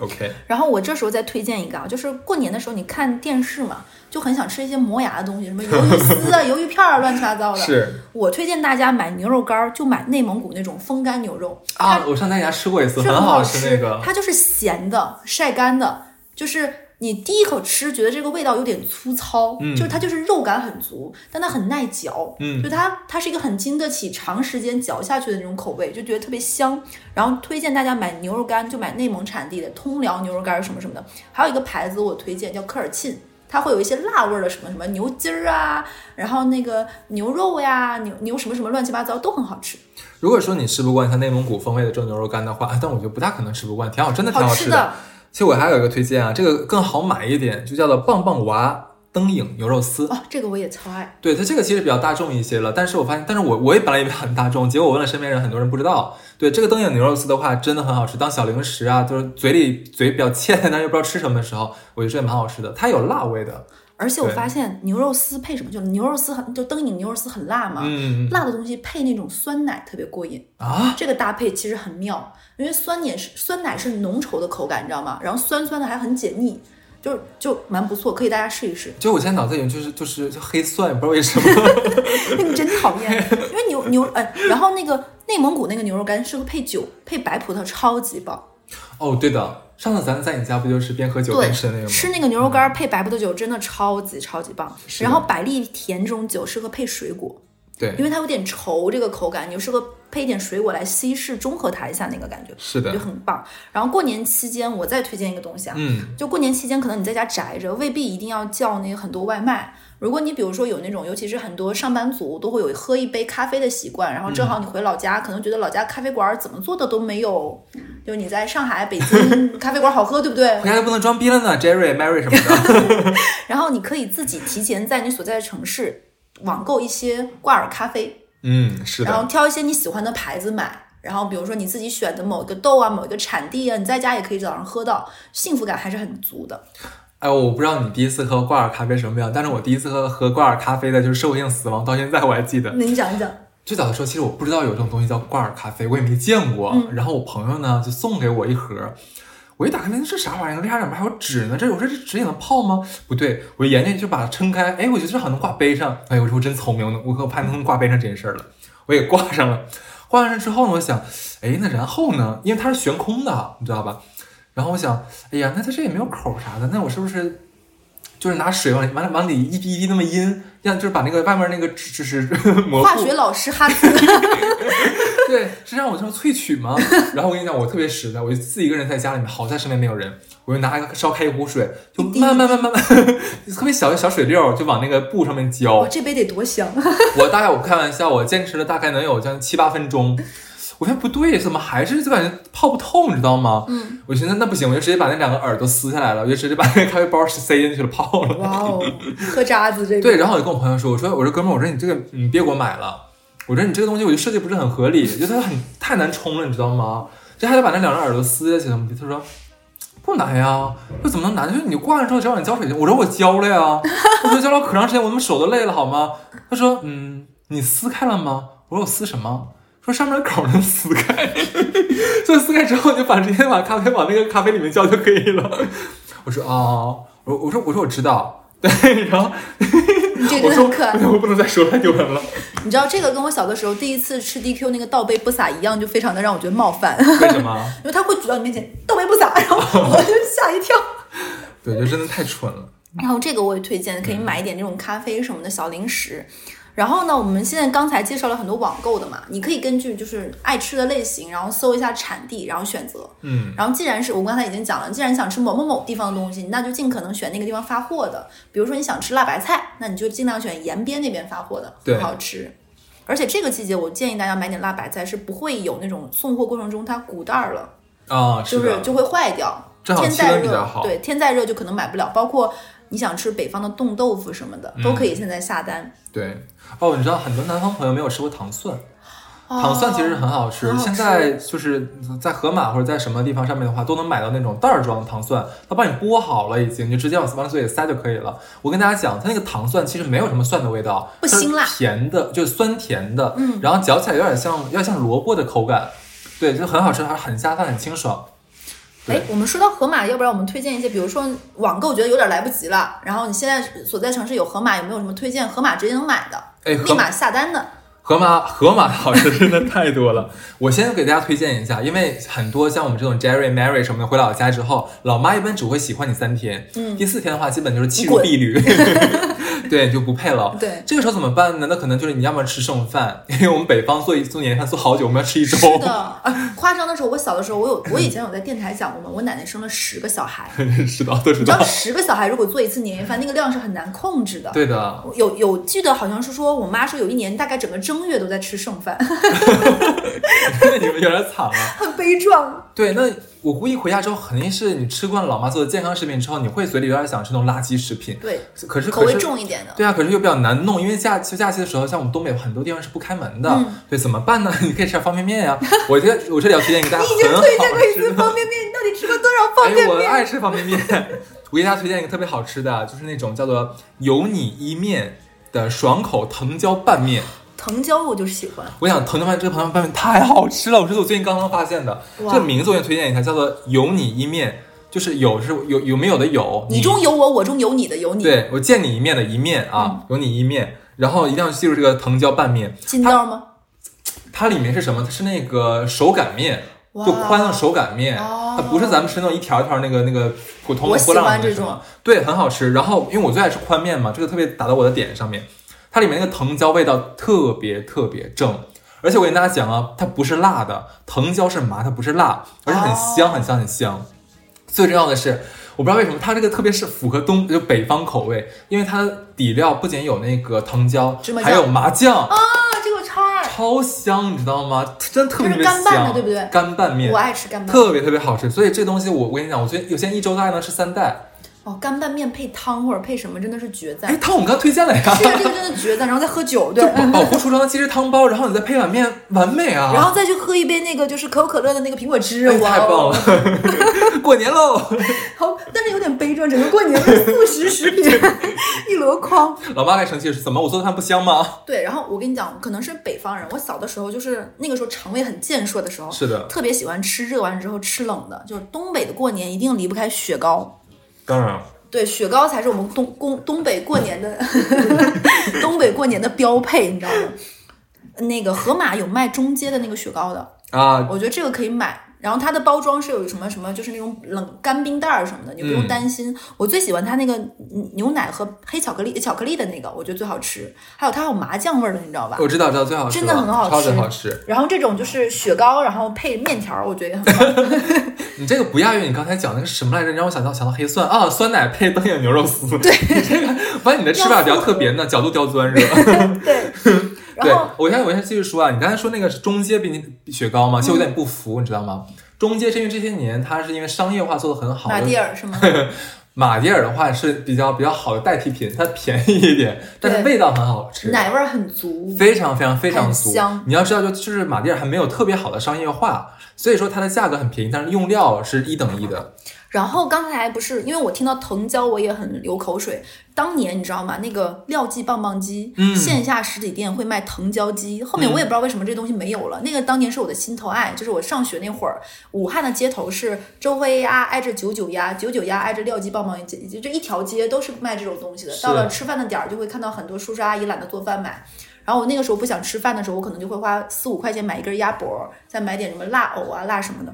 S2: OK，
S1: 然后我这时候再推荐一个啊，就是过年的时候你看电视嘛，就很想吃一些磨牙的东西，什么鱿鱼丝 啊、鱿鱼片儿啊，乱七八糟的。
S2: 是
S1: 我推荐大家买牛肉干儿，就买内蒙古那种风干牛肉，它
S2: 啊，我上他家吃过一次，
S1: 是
S2: 很
S1: 好
S2: 吃那个。
S1: 它就是咸的、晒干的，就是你第一口吃觉得这个味道有点粗糙，
S2: 嗯
S1: 就是它就是肉感很足，但它很耐嚼，
S2: 嗯
S1: 就它它是一个很经得起长时间嚼下去的那种口味，就觉得特别香。然后推荐大家买牛肉干，就买内蒙产地的通辽牛肉干什么什么的，还有一个牌子我推荐叫科尔沁。它会有一些辣味儿的什么什么牛筋儿啊，然后那个牛肉呀、牛牛什么什么乱七八糟都很好吃。
S2: 如果说你吃不惯像内蒙古风味的这种牛肉干的话，啊但我觉得不大可能吃不惯，挺好，真的挺好
S1: 好
S2: 吃
S1: 哦吃的
S2: 其实我还有一个推荐啊，这个更好买一点，就叫做棒棒娃灯影牛肉丝。
S1: 哦，这个我也超爱。
S2: 对它这个其实比较大众一些了，但是我发现，但是我我也本来以为很大众，结果我问了身边人，很多人不知道。对这个灯影牛肉丝的话，真的很好吃，当小零食啊，就是嘴里嘴比较欠， 但是又不知道吃什么的时候，我觉得这也蛮好吃的。它有辣味的，
S1: 而且我
S2: 对
S1: 发现牛肉丝配什么，就是牛肉丝很，就灯影牛肉丝很辣嘛，
S2: 嗯
S1: 辣的东西配那种酸奶特别过瘾，
S2: 啊，
S1: 这个搭配其实很妙，因为酸奶是酸奶是浓稠的口感，你知道吗？然后酸酸的还很解腻，就就蛮不错，可以大家试一试。
S2: 就我现在脑子里就是就是就黑蒜，也不知道为什么。
S1: 那哎你真讨厌，因为牛牛哎，然后那个内蒙古那个牛肉干适合配酒，配白葡萄超级棒。
S2: 哦，对的，上次咱在你家不就是边喝酒
S1: 对，
S2: 边吃的那个吗？嗯
S1: 吃那个牛肉干儿配白葡萄酒真的超级超级棒。
S2: 是的
S1: 然后百利甜这种酒适合配水果，因
S2: 对，
S1: 为它有点稠这个口感，你就适合配一点水果来稀释中和它一下那个感觉，
S2: 是
S1: 我觉
S2: 的
S1: 得，很棒。然后过年期间我再推荐一个东西啊，
S2: 嗯，
S1: 就过年期间可能你在家宅着，未必一定要叫那个很多外卖。如果你比如说有那种，尤其是很多上班族都会有喝一杯咖啡的习惯，然后
S2: 嗯
S1: 正好你回老家，可能觉得老家咖啡馆怎么做的都没有，就是你在上海、北 京咖啡馆好喝，对不对？
S2: 回家就不能装逼了呢，Jerry、Mary 什 么的。
S1: 然后你可以自己提前在你所在的城市网购一些挂耳咖啡，
S2: 嗯，是
S1: 然
S2: 的，
S1: 后挑一些你喜欢的牌子买。然后比如说你自己选的某一个豆啊、某一个产地啊，你在家也可以早上喝到，幸福感还是很足的。
S2: 哎，我不知道你第一次喝挂耳咖啡什么样，但是我第一次喝喝挂耳咖啡的就是社会性死亡，到现在我还记得。
S1: 那你讲一讲，
S2: 最早的时候，其实我不知道有这种东西叫挂耳咖啡，我也没见过。
S1: 嗯
S2: 然后我朋友呢就送给我一盒，我一打开，这啥玩意儿？为啥里面还有纸呢？这我说这纸也能泡吗？不对，我研究就把它撑开，哎，我觉得这好像能挂杯上。哎，我说我真聪明，我可怕能挂杯上这件事儿了，我也挂上了。挂上之后呢，我想，哎，那然后呢？因为它是悬空的，你知道吧？然后我想，哎呀，那它这也没有口儿啥的，那我是不是就是拿水往里往往里一滴一滴那么阴，让就是把那个外面那个纸就是 模糊
S1: 化学老师哈 兹。
S2: 对，是让我这么萃取吗？然后我跟你讲，我特别实在，我就自己一个人在家里面，好在身边没有人，我就拿一个烧开一壶水，就
S1: 一滴
S2: 慢慢慢慢慢，特别小的小水溜儿就往那个布上面
S1: 哇，
S2: 浇。
S1: 这杯得多 香！
S2: 我大概我开玩笑，我坚持了大概能有将近七八分钟。我看不对，怎么还是就感觉泡不透，你知道吗？嗯，我寻思那不行，我就直接把那两个耳朵撕下来了，我就直接把那个咖啡包塞进去了，泡了。
S1: 哇哦，喝渣子这个。
S2: 对，然后我就跟我朋友说，我说我说哥们儿，我说你这个你别给我买了，我说你这个东西我就设计不是很合理，就它很太难冲了，你知道吗？这还得把那两只耳朵撕下去，怎么的？他说不难呀，这怎么能难？就是你挂上之后只要你浇水就，我说我浇了呀，我说浇了可长时间，我他妈手都累了好吗？他说嗯，你撕开了吗？我说我撕什么？说上面的口能撕开， 就撕开之后你就把直接把咖啡往那个咖啡里面浇就可以了。 我说哦，我我说我说我知道， 对，然后
S1: 你这个真的很可爱。
S2: 我我不能再说太丢人了。
S1: 你知道这个跟我小的时候第一次吃 DQ 那个倒杯不洒一样，就非常的让我觉得冒犯，
S2: 为什么？
S1: 因为他会举到你面前倒杯不洒，然后我就吓一跳。
S2: 对，就真的太蠢了。
S1: 然后这个我也推荐，可以买一点这种咖啡什么的小零食。然后呢，我们现在刚才介绍了很多网购的嘛，你可以根据就是爱吃的类型，然后搜一下产地，然后选择。
S2: 嗯，
S1: 然后既然是我刚才已经讲了，既然想吃某某某地方的东西，那就尽可能选那个地方发货的。比如说你想吃辣白菜，那你就尽量选延边那边发货的，
S2: 对
S1: 很好吃。而且这个季节，我建议大家买点辣白菜，是不会有那种送货过程中它鼓袋儿了，
S2: 啊，
S1: 就是是
S2: 的，
S1: 就会坏掉。
S2: 正好
S1: 天
S2: 气
S1: 再
S2: 温比较
S1: 热
S2: 好，
S1: 对，天再热就可能买不了。包括你想吃北方的冻豆腐什么的，都
S2: 嗯
S1: 可以现在下单。
S2: 对。哦，你知道很多南方朋友没有吃过糖蒜，
S1: 哦
S2: 糖蒜其实很好吃。
S1: 很好吃
S2: 现在就是在盒马或者在什么地方上面的话，都能买到那种袋儿装的糖蒜，它帮你剥好了已经，你就直接往往嘴里塞就可以了。我跟大家讲，它那个糖蒜其实没有什么蒜的味道，
S1: 不
S2: 它是
S1: 辛辣
S2: 甜的，就是酸甜的，
S1: 嗯
S2: 然后嚼起来有点像有点像萝卜的口感，对，就很好吃，还很下饭，很清爽。对
S1: 哎，我们说到盒马，要不然我们推荐一些，比如说网购觉得有点来不及了，然后你现在所在城市有盒马，有没有什么推荐盒马直接能买的，
S2: 哎盒
S1: 立马下单的？
S2: 河马河马的好吃真的太多了。我先给大家推荐一下，因为很多像我们这种 Jerry、Mary 什么的，回老家之后，老妈一般只会喜欢你三天，嗯，第四天的话，基本就是弃如敝履， 对，就不配了。
S1: 对
S2: 这个时候怎么办呢？那可能就是你要么吃剩饭，因为我们北方做一做年夜饭做好久，我们要吃一周。
S1: 是的，啊，夸张的时候，我小的时候，我有我以前有在电台讲过嘛，我奶奶生了十个小孩，
S2: 知道都知
S1: 你知道
S2: 道，
S1: 十个小孩如果做一次年夜饭，那个量是很难控制的。
S2: 对的，
S1: 有有记得好像是说，我妈说有一年大概整个正月都在吃剩饭，
S2: 那你们有点惨了。
S1: 很悲壮。
S2: 对，那我估计回家之后，肯定是你吃惯老妈做的健康食品之后，你会嘴里有点想吃那种垃圾食品。
S1: 对，
S2: 可是
S1: 口
S2: 可
S1: 味
S2: 是
S1: 重一点的。
S2: 对啊，可是又比较难弄，因为假就假期的时候，像我们东北有很多地方是不开门的，
S1: 嗯
S2: 对，怎么办呢？ 你可以吃点方便面呀、我这我这里要推荐给大 家
S1: 你已经
S2: 很好
S1: 推荐过一
S2: 吃
S1: 次
S2: 的，
S1: 方便面，你到底吃过多少方
S2: 哎，
S1: 便
S2: 我
S1: 面？
S2: 爱吃方便面。我给大家推荐一个特别好吃的，啊就是那种叫做有你一面的爽口藤椒拌面。
S1: 藤椒我就是喜欢，
S2: 我想藤椒拌这个藤椒拌面太好吃了，我这是我最近刚刚发现的。这
S1: 哇
S2: 个名字我也推荐一下，叫做有你一面，就是有是有有没有的有，
S1: 你中有我，我中有你的有你。
S2: 对我见你一面的一面
S1: 嗯
S2: 啊，有你一面。然后一定要记住这个藤椒拌面，
S1: 筋道吗？
S2: 它里面是什么？它是那个手擀面，
S1: 哇
S2: 就宽的手擀面，
S1: 哦
S2: 它不是咱们吃那种一条一条那个那个普通
S1: 我
S2: 的
S1: 喜
S2: 波浪
S1: 欢
S2: 的
S1: 这
S2: 什么
S1: 种，
S2: 对，很好吃。然后因为我最爱吃宽面嘛，这个特别打到我的点上面，它里面那个藤椒味道特别特别正。而且我跟大家讲啊，它不是辣的，藤椒是麻，它不是辣，而且很香，很香，很香。最重要的是，我不知道为什么它这个特别是符合东就北方口味，因为它的底料不仅有那个藤椒
S1: 芝麻，酱
S2: 还有麻酱，
S1: 啊，这个超爱，
S2: 超香，你知道吗？真的特别特别
S1: 它
S2: 香，
S1: 是干拌的对不对
S2: 干拌面
S1: 我，爱吃干拌。
S2: 特别特别好吃。所以这东西我我跟你讲，我觉得有些一周大概能吃三袋。
S1: 哦，干拌面配汤或者配什么真的是绝赞
S2: 哎，。汤我们刚推荐了呀，
S1: 是啊，这个真的绝赞，然后再喝酒，对
S2: 就。保 保护厨房的鸡汁汤包，然后你再配碗面，完美啊！
S1: 然后再去喝一杯那个就是可口可乐的那个苹果汁，
S2: 哎、
S1: 哇、
S2: 太棒
S1: 哦！
S2: 了， 过年喽！
S1: 好，但是有点悲壮，整个过年的素食食 品一箩筐。
S2: 老妈来生气是怎么？我做的饭不香吗？
S1: 对，然后我跟你讲，可能是北方人，我小的时候就是那个时候肠胃很健硕的时候，
S2: 是的
S1: 特别喜欢吃热完之后吃冷的，就是东北的过年一定离不开雪糕。
S2: 当然，
S1: 对，雪糕才是我们东东东北过年 的东北过年的标配，你知道吗？那个盒马有卖中阶的那个雪糕的，
S2: 啊，
S1: 我觉得这个可以买。然后它的包装是有什么什么，就是那种冷干冰袋儿什么的，你不用
S2: 嗯
S1: 担心。我最喜欢它那个牛奶和黑巧克力巧克力的那个，我觉得最好吃。还有它有麻酱味儿的，你知道吧？
S2: 我知道，知道最好吃
S1: 真
S2: 了，
S1: 的很好吃
S2: 超级好吃。
S1: 然后这种就是雪糕，然后配面条儿，我觉得也很棒。
S2: 你这个不亚于你刚才讲那个什么来着？你让我想到想到黑蒜啊，酸奶配灯影牛肉丝。对， 你这个把你的吃法比较特别呢，角度刁钻是吧？
S1: 对，然
S2: 对
S1: 后，
S2: 我先我先继续说啊，你刚才说那个是中阶冰雪糕嘛，其实我
S1: 嗯
S2: 有点不服，你知道吗？中阶是因为这些年它是因为商业化做的很好，
S1: 马
S2: 的。
S1: 蒂尔是吗？
S2: 马迭尔的话是比较比较好的代替品，它便宜一点，但是
S1: 对
S2: 味道很好吃，
S1: 奶味儿很足。
S2: 非常非常非常足
S1: 很香。
S2: 你要知道，就就是马迭尔还没有特别好的商业化，所以说它的价格很便宜，但是用料是一等一的。
S1: 然后刚才不是，因为我听到藤椒，我也很流口水。当年你知道吗？那个廖记棒棒鸡，
S2: 嗯
S1: 线下实体店会卖藤椒鸡。后面我也不知道为什么这东西没有了。那个当年是我的心头爱，就是我上学那会儿，武汉的街头是周黑鸭挨着九九鸭，九九鸭挨着廖记棒棒鸡，这一条街都是卖这种东西的。
S2: 是
S1: 到了吃饭的点儿，就会看到很多叔叔阿姨懒得做饭买。然后我那个时候不想吃饭的时候，我可能就会花四五块钱买一根鸭脖，再买点什么辣藕啊、辣什么的。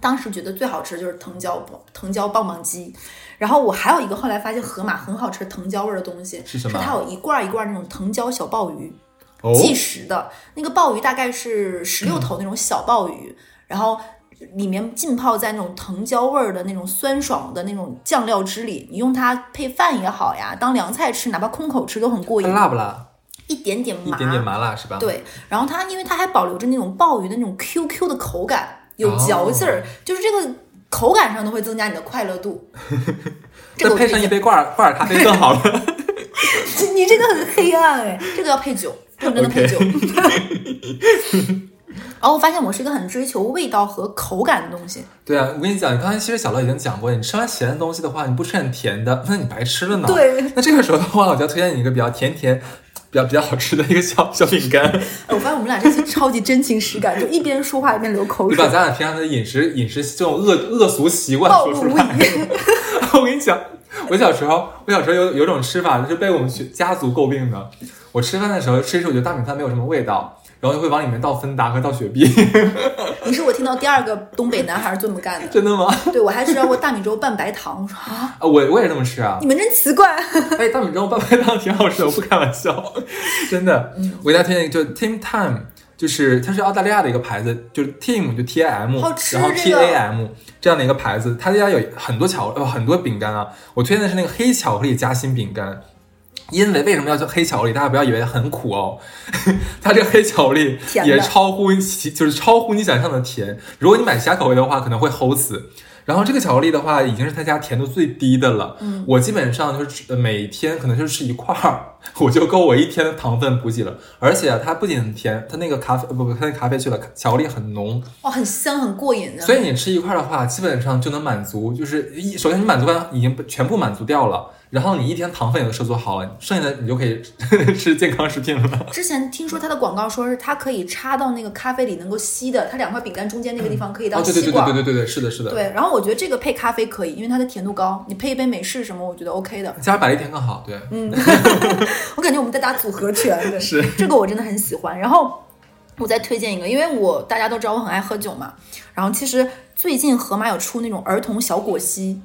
S1: 当时觉得最好吃的就是藤椒棒藤椒棒棒鸡，然后我还有一个后来发现盒马很好吃的藤椒味儿的东西
S2: 是什么
S1: 它有一罐儿一罐儿那种藤椒小鲍鱼，
S2: 哦，
S1: 计时的那个鲍鱼大概是十六头那种小鲍鱼，然后里面浸泡在那种藤椒味儿的那种酸爽的那种酱料汁里，你用它配饭也好呀，当凉菜吃，哪怕空口吃都很过
S2: 它
S1: 瘾，
S2: 辣不辣？
S1: 一点点
S2: 一
S1: 麻，
S2: 点点麻辣是吧？，
S1: 对，然后它因为它还保留着那种鲍鱼的那种 QQ 的口感，有
S2: 哦
S1: 嚼劲儿，就是这个口感上都会增加你的快乐 度。这个
S2: 再
S1: 我
S2: 配
S1: 推
S2: 上一
S1: 荐，
S2: 杯挂耳挂耳咖啡更好了。
S1: 你这个很黑暗哎，这个要配酒，这个真的配酒。 然后我发现我是一个很追求味道和口感的东西，
S2: 对啊，我跟你讲，刚才其实小乐已经讲过，你吃完咸的东西的话，你不吃点甜的，那你白吃了呢。
S1: 对，
S2: 那这个时候的话，我就要推荐你一个比较甜甜、比较比较好吃的一个小小饼干，
S1: 哎我发现我们俩这次超级真情实感，就一边说话一边流口
S2: 你
S1: 水
S2: 把，咱俩平常的饮食饮食这种恶恶俗习惯
S1: 暴
S2: 说
S1: 露
S2: 出
S1: 无
S2: 来。
S1: 遗。
S2: 我跟你讲，我小时候，我小时候有有种吃法，就是被我们学家族诟病的。我吃饭的时候吃一吃，我觉得大米饭没有什么味道，然后就会往里面倒芬达和倒雪碧。
S1: 你是我听到第二个东北男孩儿这么干的，
S2: 真的吗？
S1: 对我还吃到过大米粥拌白糖，我说啊，
S2: 啊，我我也这么吃啊
S1: 你。们真奇怪。
S2: 哎，大米粥拌白糖挺好吃的，我不开玩笑，真的。
S1: 嗯
S2: 我给大家推荐一个，就 Tim Tam，就是它是澳大利亚的一个牌子，就是 Tim 就 T I M，
S1: 好吃
S2: 然后
S1: 这
S2: T
S1: 个
S2: A M 这样的一个牌子，它家有很多巧呃很多饼干啊。我推荐的是那个黑巧克力夹心饼干。因为为什么要叫黑巧克力？大家不要以为很苦哦， 它这个黑巧克力
S1: 甜的
S2: 也超乎你就是超乎你想象的甜。如果你买其他口味的话，可能会齁死。然后这个巧克力的话，已经是他家甜度最低的了。嗯，我基本上就是吃呃每天可能就吃一块儿，我就够我一天的糖分补给了。而且、啊、它不仅很甜，它那个咖啡呃不不，它那咖啡去了，巧克力很浓，
S1: 哇，哦很香，很过瘾的。
S2: 所以你吃一块儿的话，基本上就能满足，就是一首先你满足感已经全部满足掉了，然后你一天糖分也都摄足好了，剩下的你就可以 吃健康食品了。
S1: 之前听说它的广告说是它可以插到那个咖啡里能够吸的，它两块饼干中间那个地方可以
S2: 哦，
S1: 当
S2: 对对
S1: 吸
S2: 对对
S1: 管。
S2: 对对对对，是的，是的，
S1: 对然后我觉得这个配咖啡可以，因为它的甜度高，你配一杯美式什么，我觉得 OK 的。
S2: 加上百利甜更好，对，
S1: 嗯 我感觉我们在打组合拳，对，
S2: 是
S1: 这个我真的很喜欢。然后我再推荐一个，因为我大家都知道我很爱喝酒嘛，然后其实最近盒马有出那种儿童小果昔，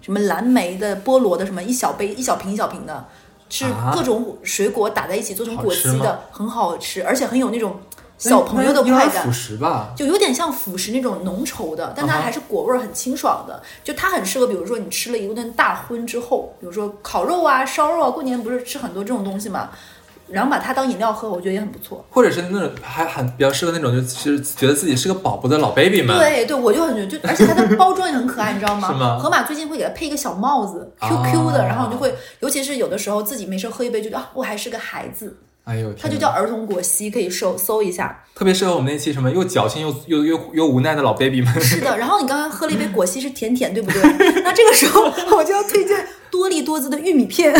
S1: 什么蓝莓的、菠萝的，什么一小杯、一小瓶、一小瓶的，是
S2: 啊
S1: 各种水果打在一起做成果
S2: 好
S1: 昔
S2: 吃吗哎
S1: 的，很好吃，而且很有那种小朋友的
S2: 那
S1: 快
S2: 应该
S1: 感
S2: 是辅。食吧，
S1: 就有点像辅食那种浓稠的，但它
S2: 啊哈
S1: 还是果味儿很清爽的。就它很适合，比如说你吃了一顿大荤之后，比如说烤肉啊、烧肉啊，过年不是吃很多这种东西嘛，然后把它当饮料喝，我觉得也很不错。
S2: 或者是那种还很比较适合那种就是觉得自己是个宝宝的老 baby 们。
S1: 对对，我就很觉得，就而且它的包装也很可爱，你知道吗？
S2: 是吗
S1: 盒马最近会给它配一个小帽子
S2: 啊
S1: ，QQ 的，然后你就会，尤其是有的时候自己没事喝一杯，就觉得啊，我还是个孩子，
S2: 哎呦，
S1: 它
S2: 天
S1: 就
S2: 哪
S1: 叫儿童果昔，可以搜搜一下。
S2: 特别适合我们那期什么又矫情又又又又无奈的老 baby 们。
S1: 是的，然后你刚刚喝了一杯果昔是甜甜，对不 对？那这个时候我就要推荐多利多姿的玉米片，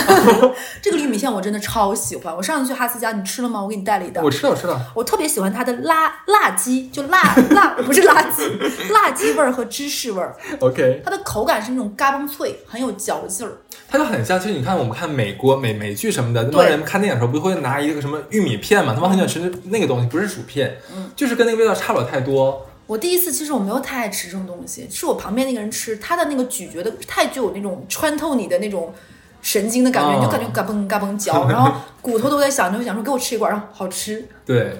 S1: 这个玉米片我真的超喜欢。我上次去哈斯家，你吃了吗？我给你带了一袋
S2: 我。知道，我知道，
S1: 我特别喜欢它的辣辣鸡，就辣辣不是辣鸡，辣鸡味儿和芝士味儿。
S2: OK，
S1: 它的口感是那种嘎嘣脆，很有嚼劲儿。
S2: 它就很像，就是你看我们看美国美美剧什么的，那帮
S1: 对
S2: 人看电影的时候不会拿一个什么玉米片嘛？他们很喜欢吃那那个东西，不是薯片，就是跟那个味道差不了太多。
S1: 我第一次其实我没有太爱吃这种东西，是我旁边那个人吃，他的那个咀嚼的太具有那种穿透你的那种神经的感觉，
S2: 啊
S1: 你就感觉嘎嘣嘎嘣嚼，然后骨头都在响，你就想说给我吃一块，然后好吃。
S2: 对，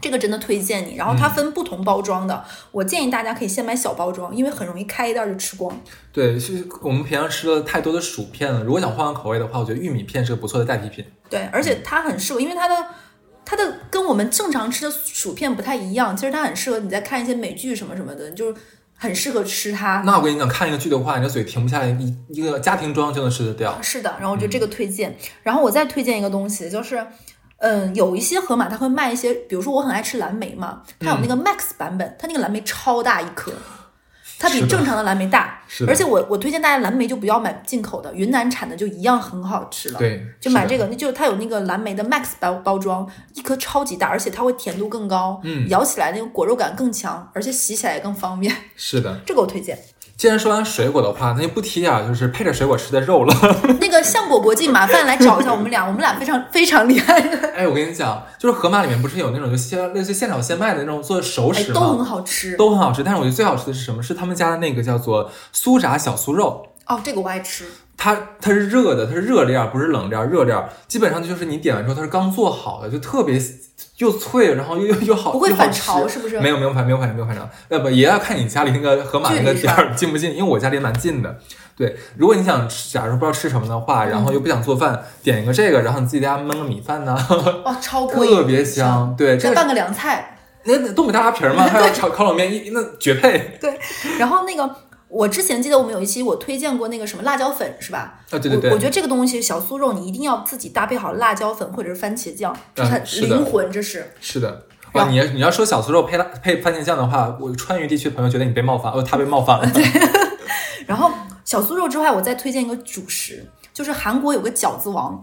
S1: 这个真的推荐你，然后它分不同包装的，我建议大家可以先买小包装，因为很容易开一袋就吃光。
S2: 对，是我们平常吃了太多的薯片了。如果想换换口味的话，我觉得玉米片是个不错的代替品。
S1: 对，而且它很适合，因为它的它的跟我们正常吃的薯片不太一样，其实它很适合你在看一些美剧什么什么的，你就是很适合吃它。
S2: 那我跟你讲，看一个剧的话，你的嘴停不下来，一一个家庭装就能吃得掉。
S1: 是的，然后我觉得
S2: 嗯
S1: 这个推荐，然后我再推荐一个东西，就是，嗯，有一些盒马它会卖一些，比如说我很爱吃蓝莓嘛，它有那
S2: 嗯
S1: 个 Max 版本，它那个蓝莓超大一颗，它
S2: 是
S1: 比
S2: 的
S1: 正常的蓝莓大，
S2: 是的
S1: 而且我我推荐大家蓝莓就不要买进口的，云南产的就一样很好吃了。。
S2: 对，
S1: 就买
S2: 是的
S1: 这个，那就是它有那个蓝莓的 Max 包包装，一颗超级大，而且它会甜度更高，嗯，咬起来那个果肉感更强，而且洗起来也更方便，
S2: 是的。
S1: 这个我推荐。
S2: 既然说完水果的话，那就不提点儿就是配着水果吃的肉了。
S1: 那个橡果国际，麻烦来找一下我们俩，我们俩非常非常厉害的。
S2: 哎，我跟你讲，就是盒马里面不是有那种就现类似现炒现卖的那种做熟
S1: 哎，
S2: 食
S1: 都很
S2: 吗？
S1: 好吃。
S2: 都很好吃，但是我觉得最好吃的是什么？是他们家的那个叫做酥炸小酥肉，
S1: 哦，这个我爱吃。
S2: 它它是热的，它是热料，不是冷料，热料基本上就是你点完之后它是刚做好的，就特别又脆，然后又又又好，
S1: 不会
S2: 又哦好
S1: 反潮
S2: 吃
S1: 是不是
S2: 没有没有反没有反没有反潮，呃不也要看你家里那个盒马那个
S1: 距离是
S2: 店
S1: 吧
S2: 儿近不近，因为我家离蛮近的。对，如果你想吃，假如说不知道吃什么的
S1: 嗯
S2: 话，然后又不想做饭，点一个这个，然后你自己在家焖个米 饭呐、
S1: 哇，哦超过瘾
S2: 特别香。对，这
S1: 再
S2: 个
S1: 拌个凉菜。
S2: 那那东北大拉皮 儿嘛，还有炒 烤冷面，一那绝配
S1: 对，然后那个我之前记得我们有一期我推荐过那个什么辣椒粉是吧？
S2: 啊！对对
S1: 我我觉
S2: 对，
S1: 得这个东西小酥肉你一定要自己搭配好辣椒粉或者是番茄酱，这
S2: 嗯
S1: 很
S2: 是的
S1: 灵魂，这是。
S2: 是的。
S1: 然
S2: 哇，
S1: 后
S2: 你要你要说小酥肉配辣配番茄酱的话，我川渝地区的朋友觉得你被冒犯，哦，他被冒犯 了。
S1: 然后小酥肉之外，我再推荐一个主食，就是韩国有个饺子王，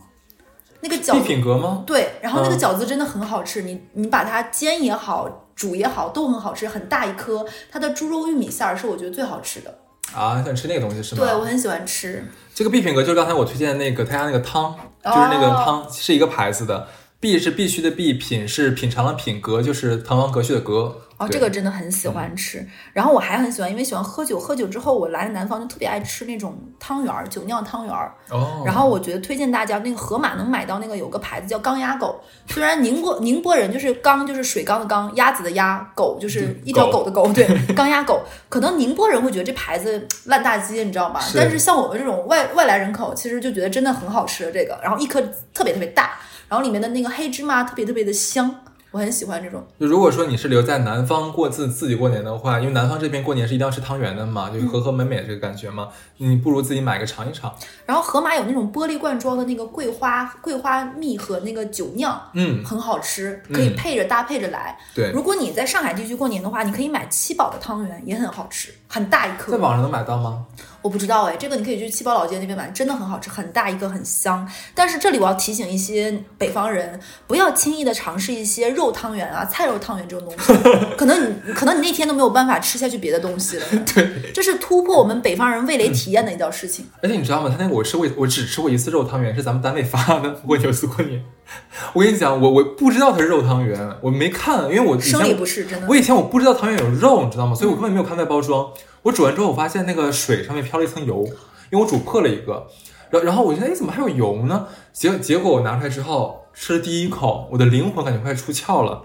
S1: 那个饺
S2: 必
S1: 子
S2: 品阁吗？
S1: 对，然后那个
S2: 嗯
S1: 饺子真的很好吃，你你把它煎也好，煮也好，都很好吃，很大一颗。它的猪肉玉米馅儿是我觉得最好吃的，
S2: 啊，想吃那个东西是吗？
S1: 对我很喜欢吃。
S2: 这个必品阁就是刚才我推荐的那个他家那个汤，就是那个
S1: 哦
S2: 汤是一个牌子的。必是必须的必，品是品尝了品格，就是滕王阁序的阁。
S1: 哦，
S2: 对嗯
S1: 这个真的很喜欢吃。然后我还很喜欢，因为喜欢喝酒，喝酒之后我来了南方就特别爱吃那种汤圆儿，酒酿汤圆儿。
S2: 哦，
S1: 然后我觉得推荐大家那个盒马能买到那个有个牌子叫钢鸭狗，虽然宁波宁波人就是钢就是水缸的缸，鸭子的鸭，狗就是一条
S2: 狗
S1: 狗的狗，对，钢鸭狗。可能宁波人会觉得这牌子烂大街，你知道吧？
S2: 是
S1: 但是像我们这种外外来人口，其实就觉得真的很好吃的这个，然后一颗特别特别大，然后里面的那个黑芝麻特别特别的香，我很喜欢这种。
S2: 就如果说你是留在南方过自自己过年的话，因为南方这边过年是一定要吃汤圆的嘛，
S1: 嗯
S2: 就和和美美这个感觉嘛，你不如自己买个尝一尝。
S1: 然后盒马有那种玻璃罐装的那个桂花桂花蜜和那个酒酿，
S2: 嗯，
S1: 很好吃，可以
S2: 嗯
S1: 配着搭配着来。
S2: 对，
S1: 如果你在上海地区过年的话，你可以买七宝的汤圆，也很好吃，很大一
S2: 在
S1: 颗。
S2: 网上能买到吗？
S1: 我不知道哎，这个你可以去七宝老街那边买，真的很好吃，很大一个，很香。但是这里我要提醒一些北方人，不要轻易的尝试一些肉汤圆啊、菜肉汤圆这种东 西，可能你可能你那天都没有办法吃下去别的东西 了。对，这是突破我们北方人味蕾体验 的一道事情。
S2: 而且你知道吗？他那个我吃过一，我只吃过一次肉汤圆，是咱们单位发的。我有一次过年， 我跟你讲，我我不知道它是肉汤圆，我没看，因为我以
S1: 生理
S2: 前
S1: 不适真的
S2: 我。以前我不知道汤圆有肉，你知道吗？所以我根本没有看它包装。我煮完之后，我发现那个水上面飘了一层油，因为我煮破了一个。然然后我觉得，哎，怎么还有油呢？结结果我拿出来之后，吃了第一口，我的灵魂感觉快出窍了。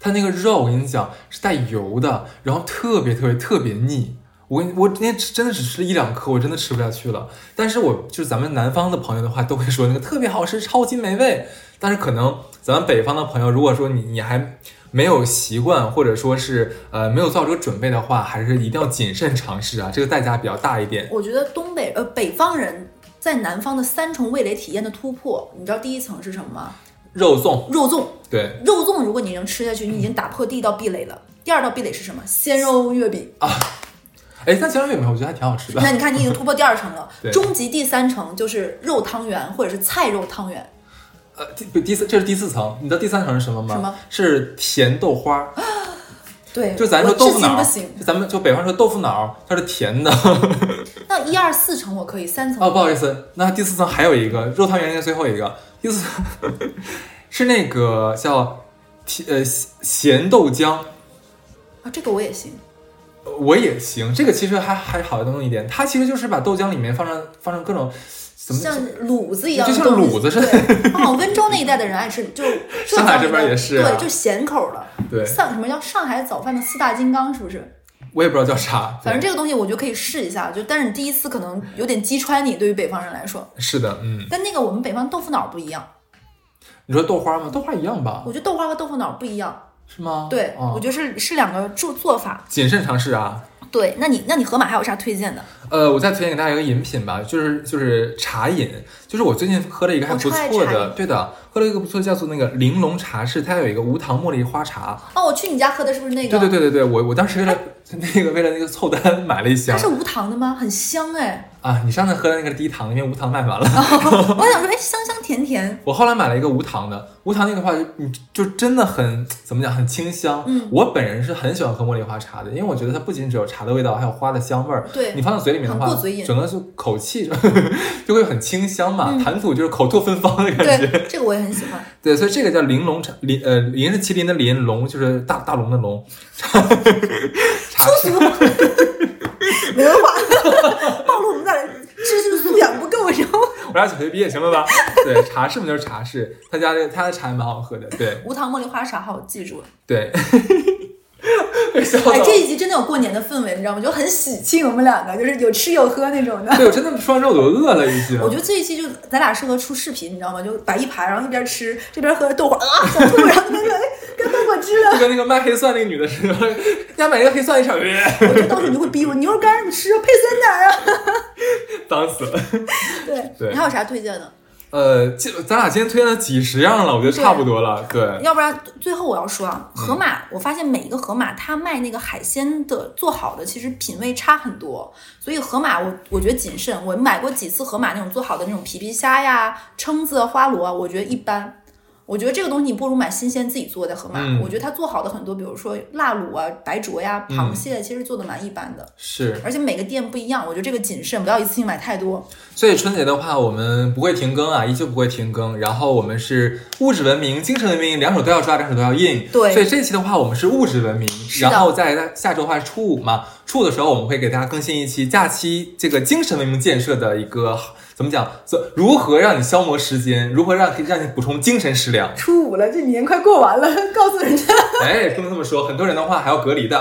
S2: 它那个肉，我跟你讲是带油的，然后特别特别特别腻。我跟我那天吃真的只吃了一两颗，我真的吃不下去了。但是我就是咱们南方的朋友的话，都会说那个特别好吃，超级美味。但是可能咱们北方的朋友，如果说你你还没有习惯，或者说是呃没有做好这个准备的话，还是一定要谨慎尝试啊，这个代价比较大一点。
S1: 我觉得东北呃北方人在南方的三重味蕾体验的突破，你知道第一层是什么吗？
S2: 肉粽，
S1: 肉粽，
S2: 对
S1: 肉粽如果你能吃下去，你已经打破第一道壁垒了。第二道壁垒是什么？鲜肉月饼。
S2: 啊哎，但其实有没有？我觉得还挺好吃的
S1: 那。你看，你已经突破第二层了
S2: 对。
S1: 终极第三层就是肉汤圆或者是菜肉汤圆。
S2: 呃，第不第四这是第四层，你知道第三层是什么吗？
S1: 什么？
S2: 是甜豆花儿，
S1: 对，
S2: 就咱说
S1: 我
S2: 豆腐
S1: 至
S2: 脑
S1: 今
S2: 儿，
S1: 不行。
S2: 就咱们就北方说豆腐脑儿，它是甜的。
S1: 那一二四层我可以，三层
S2: 哦，不好意思，那第四层还有一个肉汤圆应该最后一个，第四层 是那个叫甜呃咸咸豆浆，
S1: 啊，这个我也行。
S2: 我也行，这个其实还还好弄一点，它其实就是把豆浆里面放上放上各种怎么
S1: 像卤子一样
S2: 就
S1: 的
S2: 像
S1: 东西，
S2: 卤子似的
S1: 的。哦，温州那一带的人爱吃， 就浙
S2: 上海
S1: 江
S2: 这边
S1: 一带
S2: 也是啊
S1: 对，就咸口了。
S2: 对，
S1: 上什么叫上海早饭的四大金刚是不是？
S2: 我也不知道叫啥，
S1: 反正这个东西我觉得可以试一下，就但是你第一次可能有点击穿你，对于北方人来说。
S2: 对是的，嗯，
S1: 跟那个我们北方豆腐脑不一样，
S2: 你说豆花吗？豆花一样吧，
S1: 我觉得豆花和豆腐脑不一样。
S2: 是吗？
S1: 对，
S2: 嗯
S1: 我觉得是是两个做做法。
S2: 谨慎尝试啊。
S1: 对，那你那你河马还有啥推荐的？
S2: 呃，我再推荐给大家一个饮品吧，就是就是茶饮，就是我最近喝了一个还
S1: 我
S2: 不
S1: 超爱
S2: 错
S1: 哦茶
S2: 的，
S1: 饮
S2: 对的，喝了一个不错的叫做那个玲珑茶室，它有一个无糖茉莉花茶，
S1: 哦，我去你家喝的是不是那个？
S2: 对对对对对，我我当时为了 那个为了那个凑单买了一箱
S1: 它是无糖的吗？很香哎！
S2: 啊，你上次喝的那个是低糖，因为无糖卖完了。
S1: 啊
S2: 哦
S1: 我还想说，哎，香香甜甜，
S2: 我后来买了一个无糖的，无糖那个话，你就真的很怎么讲，很清香。嗯，我本人是很喜欢喝茉莉花茶的，因为我觉得它不仅只有茶的味道，还有花的香味儿。
S1: 对
S2: 你放到嘴里面的话
S1: 很过嘴，瘾嗯
S2: 整个就口气 就就会很清香嘛，谈吐就是口吐芬芳的感觉。
S1: 对，这个我也很喜 欢。
S2: 对所以这个叫玲珑茶，林呃林是麒麟的麟，龙就是大大龙的龙。茶茶
S1: 没文化， 暴露我们俩知识素养不够，然后
S2: 我俩小学毕业行了 吧？对，茶室嘛就是茶室，他家的他的茶也蛮好喝的。对
S1: 无糖茉莉花茶好，我记住了。
S2: 对。被笑到
S1: 哎，这一集真的有过年的氛围，你知道吗？就很喜庆，我们两个就是有吃有喝那种的。
S2: 对，我真的说完之后我都饿了已经。
S1: 我觉得这一期就咱俩适合出视频，你知道吗？就摆一排，然后一边吃，这边喝豆花啊，想吐，然后那个哎刚刚我吃了，
S2: 就跟那个卖黑蒜那个女的似的，人家买一个黑蒜一 场，
S1: 我就到时候你就会逼我牛肉干你吃啊，配酸奶啊。
S2: 脏死了。
S1: 对，
S2: 对
S1: 你还有啥推荐的？
S2: 呃，这咱俩今天推荐了几十样了，我觉得差不多了。对，
S1: 要不然最后我要说啊，盒马，我发现每一个盒马它卖那个海鲜的做好的，其实品味差很多。所以盒马我我觉得谨慎，我买过几次盒马那种做好的那种皮皮虾呀、蛏子、花螺啊，我觉得一般。我觉得这个东西你不如买新鲜自己做的盒马，
S2: 嗯
S1: 我觉得它做好的很多，比如说辣卤啊、白灼呀、
S2: 嗯
S1: 螃蟹，其实做的蛮一般的。
S2: 是。
S1: 而且每个店不一样，我觉得这个谨慎，不要一次性买太多。
S2: 所以春节的话，我们不会停更啊，依旧不会停更。然后我们是物质文明、精神文明，两手都要抓，两手都要硬。
S1: 对
S2: 所以这期的话，我们是物质文明。
S1: 的
S2: 然后在下周的话，初五嘛，初五的时候我们会给大家更新一期假期这个精神文明建设的一个怎么讲，怎如何让你消磨时间，如何让让你补充精神食 粮。
S1: 初五了，这年快过完了， 告诉人家，
S2: 哎，不能这么说，很多人的话还要隔离的，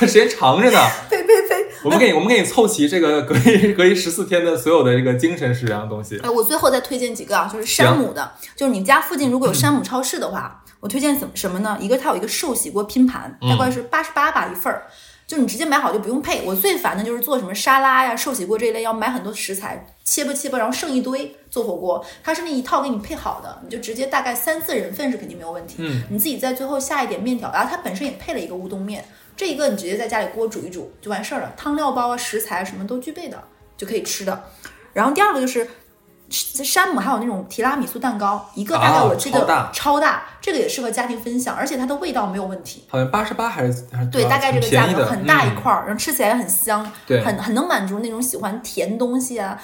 S2: 时间长着呢。
S1: 呸呸呸！
S2: 我们给你，我们给你凑齐这个隔离隔离十四天的所有的这个精神食粮的东西。
S1: 哎，我最后再推荐几个啊，就是山姆的，就是你们家附近如果有山姆超市的话，我推荐怎么什么呢？一个它有一个寿喜锅拼盘，大概是八十八吧一份儿，就你直接买好就不用配。我最烦的就是做什么沙拉呀、寿喜锅这一类，要买很多食材，切吧切吧，然后剩一堆做火锅，它是那一套给你配好的，你就直接大概三四人份是肯定没有问题。
S2: 嗯，
S1: 你自己在最后下一点面条啊，它本身也配了一个乌冬面，这一个你直接在家里锅煮一煮就完事儿了，汤料包啊、食材啊什么都具备的，就可以吃的。然后第二个就是山山姆还有那种提拉米苏蛋糕，一个大概
S2: 啊
S1: 我记得、
S2: 超大
S1: 超大，这个也适合家庭分享，而且它的味道没有问题。
S2: 好像八十八还是还是
S1: 对，
S2: 多少
S1: 大概这个价
S2: 啊挺便宜
S1: 格
S2: 的
S1: 很大一
S2: 嗯
S1: 块儿，然后吃起来也很香，
S2: 对
S1: 很很能满足那种喜欢甜东西啊，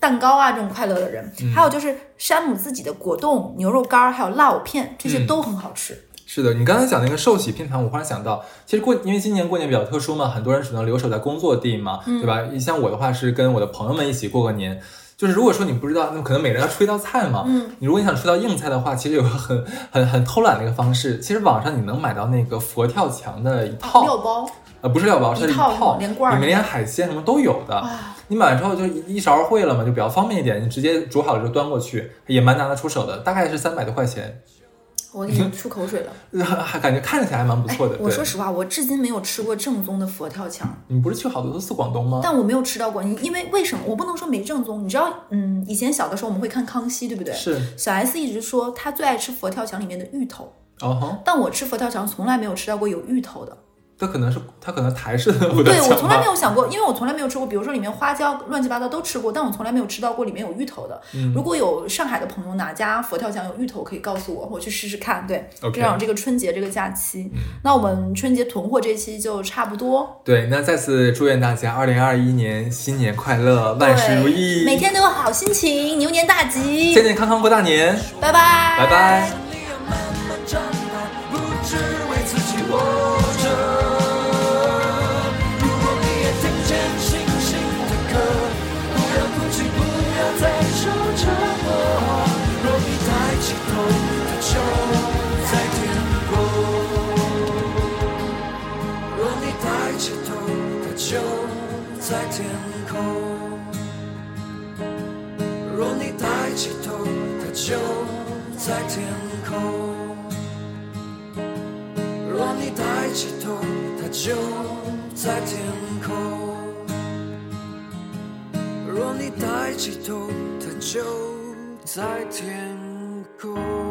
S1: 蛋糕啊这种快乐的人。
S2: 嗯
S1: 还有就是山姆自己的果冻、牛肉干儿，还有辣藕片，这
S2: 嗯
S1: 些都很好吃。
S2: 是的，你刚才讲那个寿喜拼盘，我忽然想到，其实过因为今年过年比较特殊嘛，很多人只能留守在工作地嘛，
S1: 嗯
S2: 对吧？你像我的话是跟我的朋友们一起过个年，就是如果说你不知道，那可能每人要出一道菜嘛，
S1: 嗯，
S2: 你如果你想出道硬菜的话，其实有个很很很偷懒的一个方式，其实网上你能买到那个佛跳墙的一套，
S1: 料包
S2: 呃，不是料包，是
S1: 哦一套
S2: 一套，
S1: 连罐儿
S2: 里面连海鲜什么都有的。
S1: 啊，
S2: 你买完之后就一一勺烩了嘛，就比较方便一点，你直接煮好了就端过去，也蛮拿得出手的，大概是三百多块钱，
S1: 我已经出口水了。哎
S2: 还感觉看起来还蛮不错的。
S1: 我
S2: 对
S1: 说实话，我至今没有吃过正宗的佛跳墙，
S2: 你不是去好多次广东吗？
S1: 但我没有吃到过。你因为为什么？我不能说没正宗，你知道，嗯，以前小的时候我们会看《康熙》，对不对？
S2: 是，
S1: 小 S 一直说她最爱吃佛跳墙里面的芋头，
S2: 哦吼，
S1: 但我吃佛跳墙从来没有吃到过有芋头的。
S2: 他可能是他可能台式的我
S1: 对
S2: 在
S1: 我
S2: 想
S1: 从来没
S2: 吧。
S1: 有想过，因为我从来没有吃过，比如说里面花椒乱七八糟都吃过，但我从来没有吃到过里面有芋头的。
S2: 嗯
S1: 如果有上海的朋友哪家佛跳墙有芋头，可以告诉我，我去试试看。对
S2: OK
S1: 这
S2: 嗯
S1: 样这个春节这个假期，那我们春节囤货这期就差不多。
S2: 对，那再次祝愿大家二零二一年新年快乐，万事如意，
S1: 对每天都有好心情，牛年大吉。
S2: 健健康康过大年，
S1: 拜拜，
S2: 拜拜。
S3: 你也慢慢长大，不只为自己活着。如果你也听见星星的歌，不要哭泣，不要再受折磨。若你抬起头，地球在天空。若你抬起头，地球在天空。若你抬起头，它就在天空；若你抬起头，它就在天空；若你抬起头，它就在天空。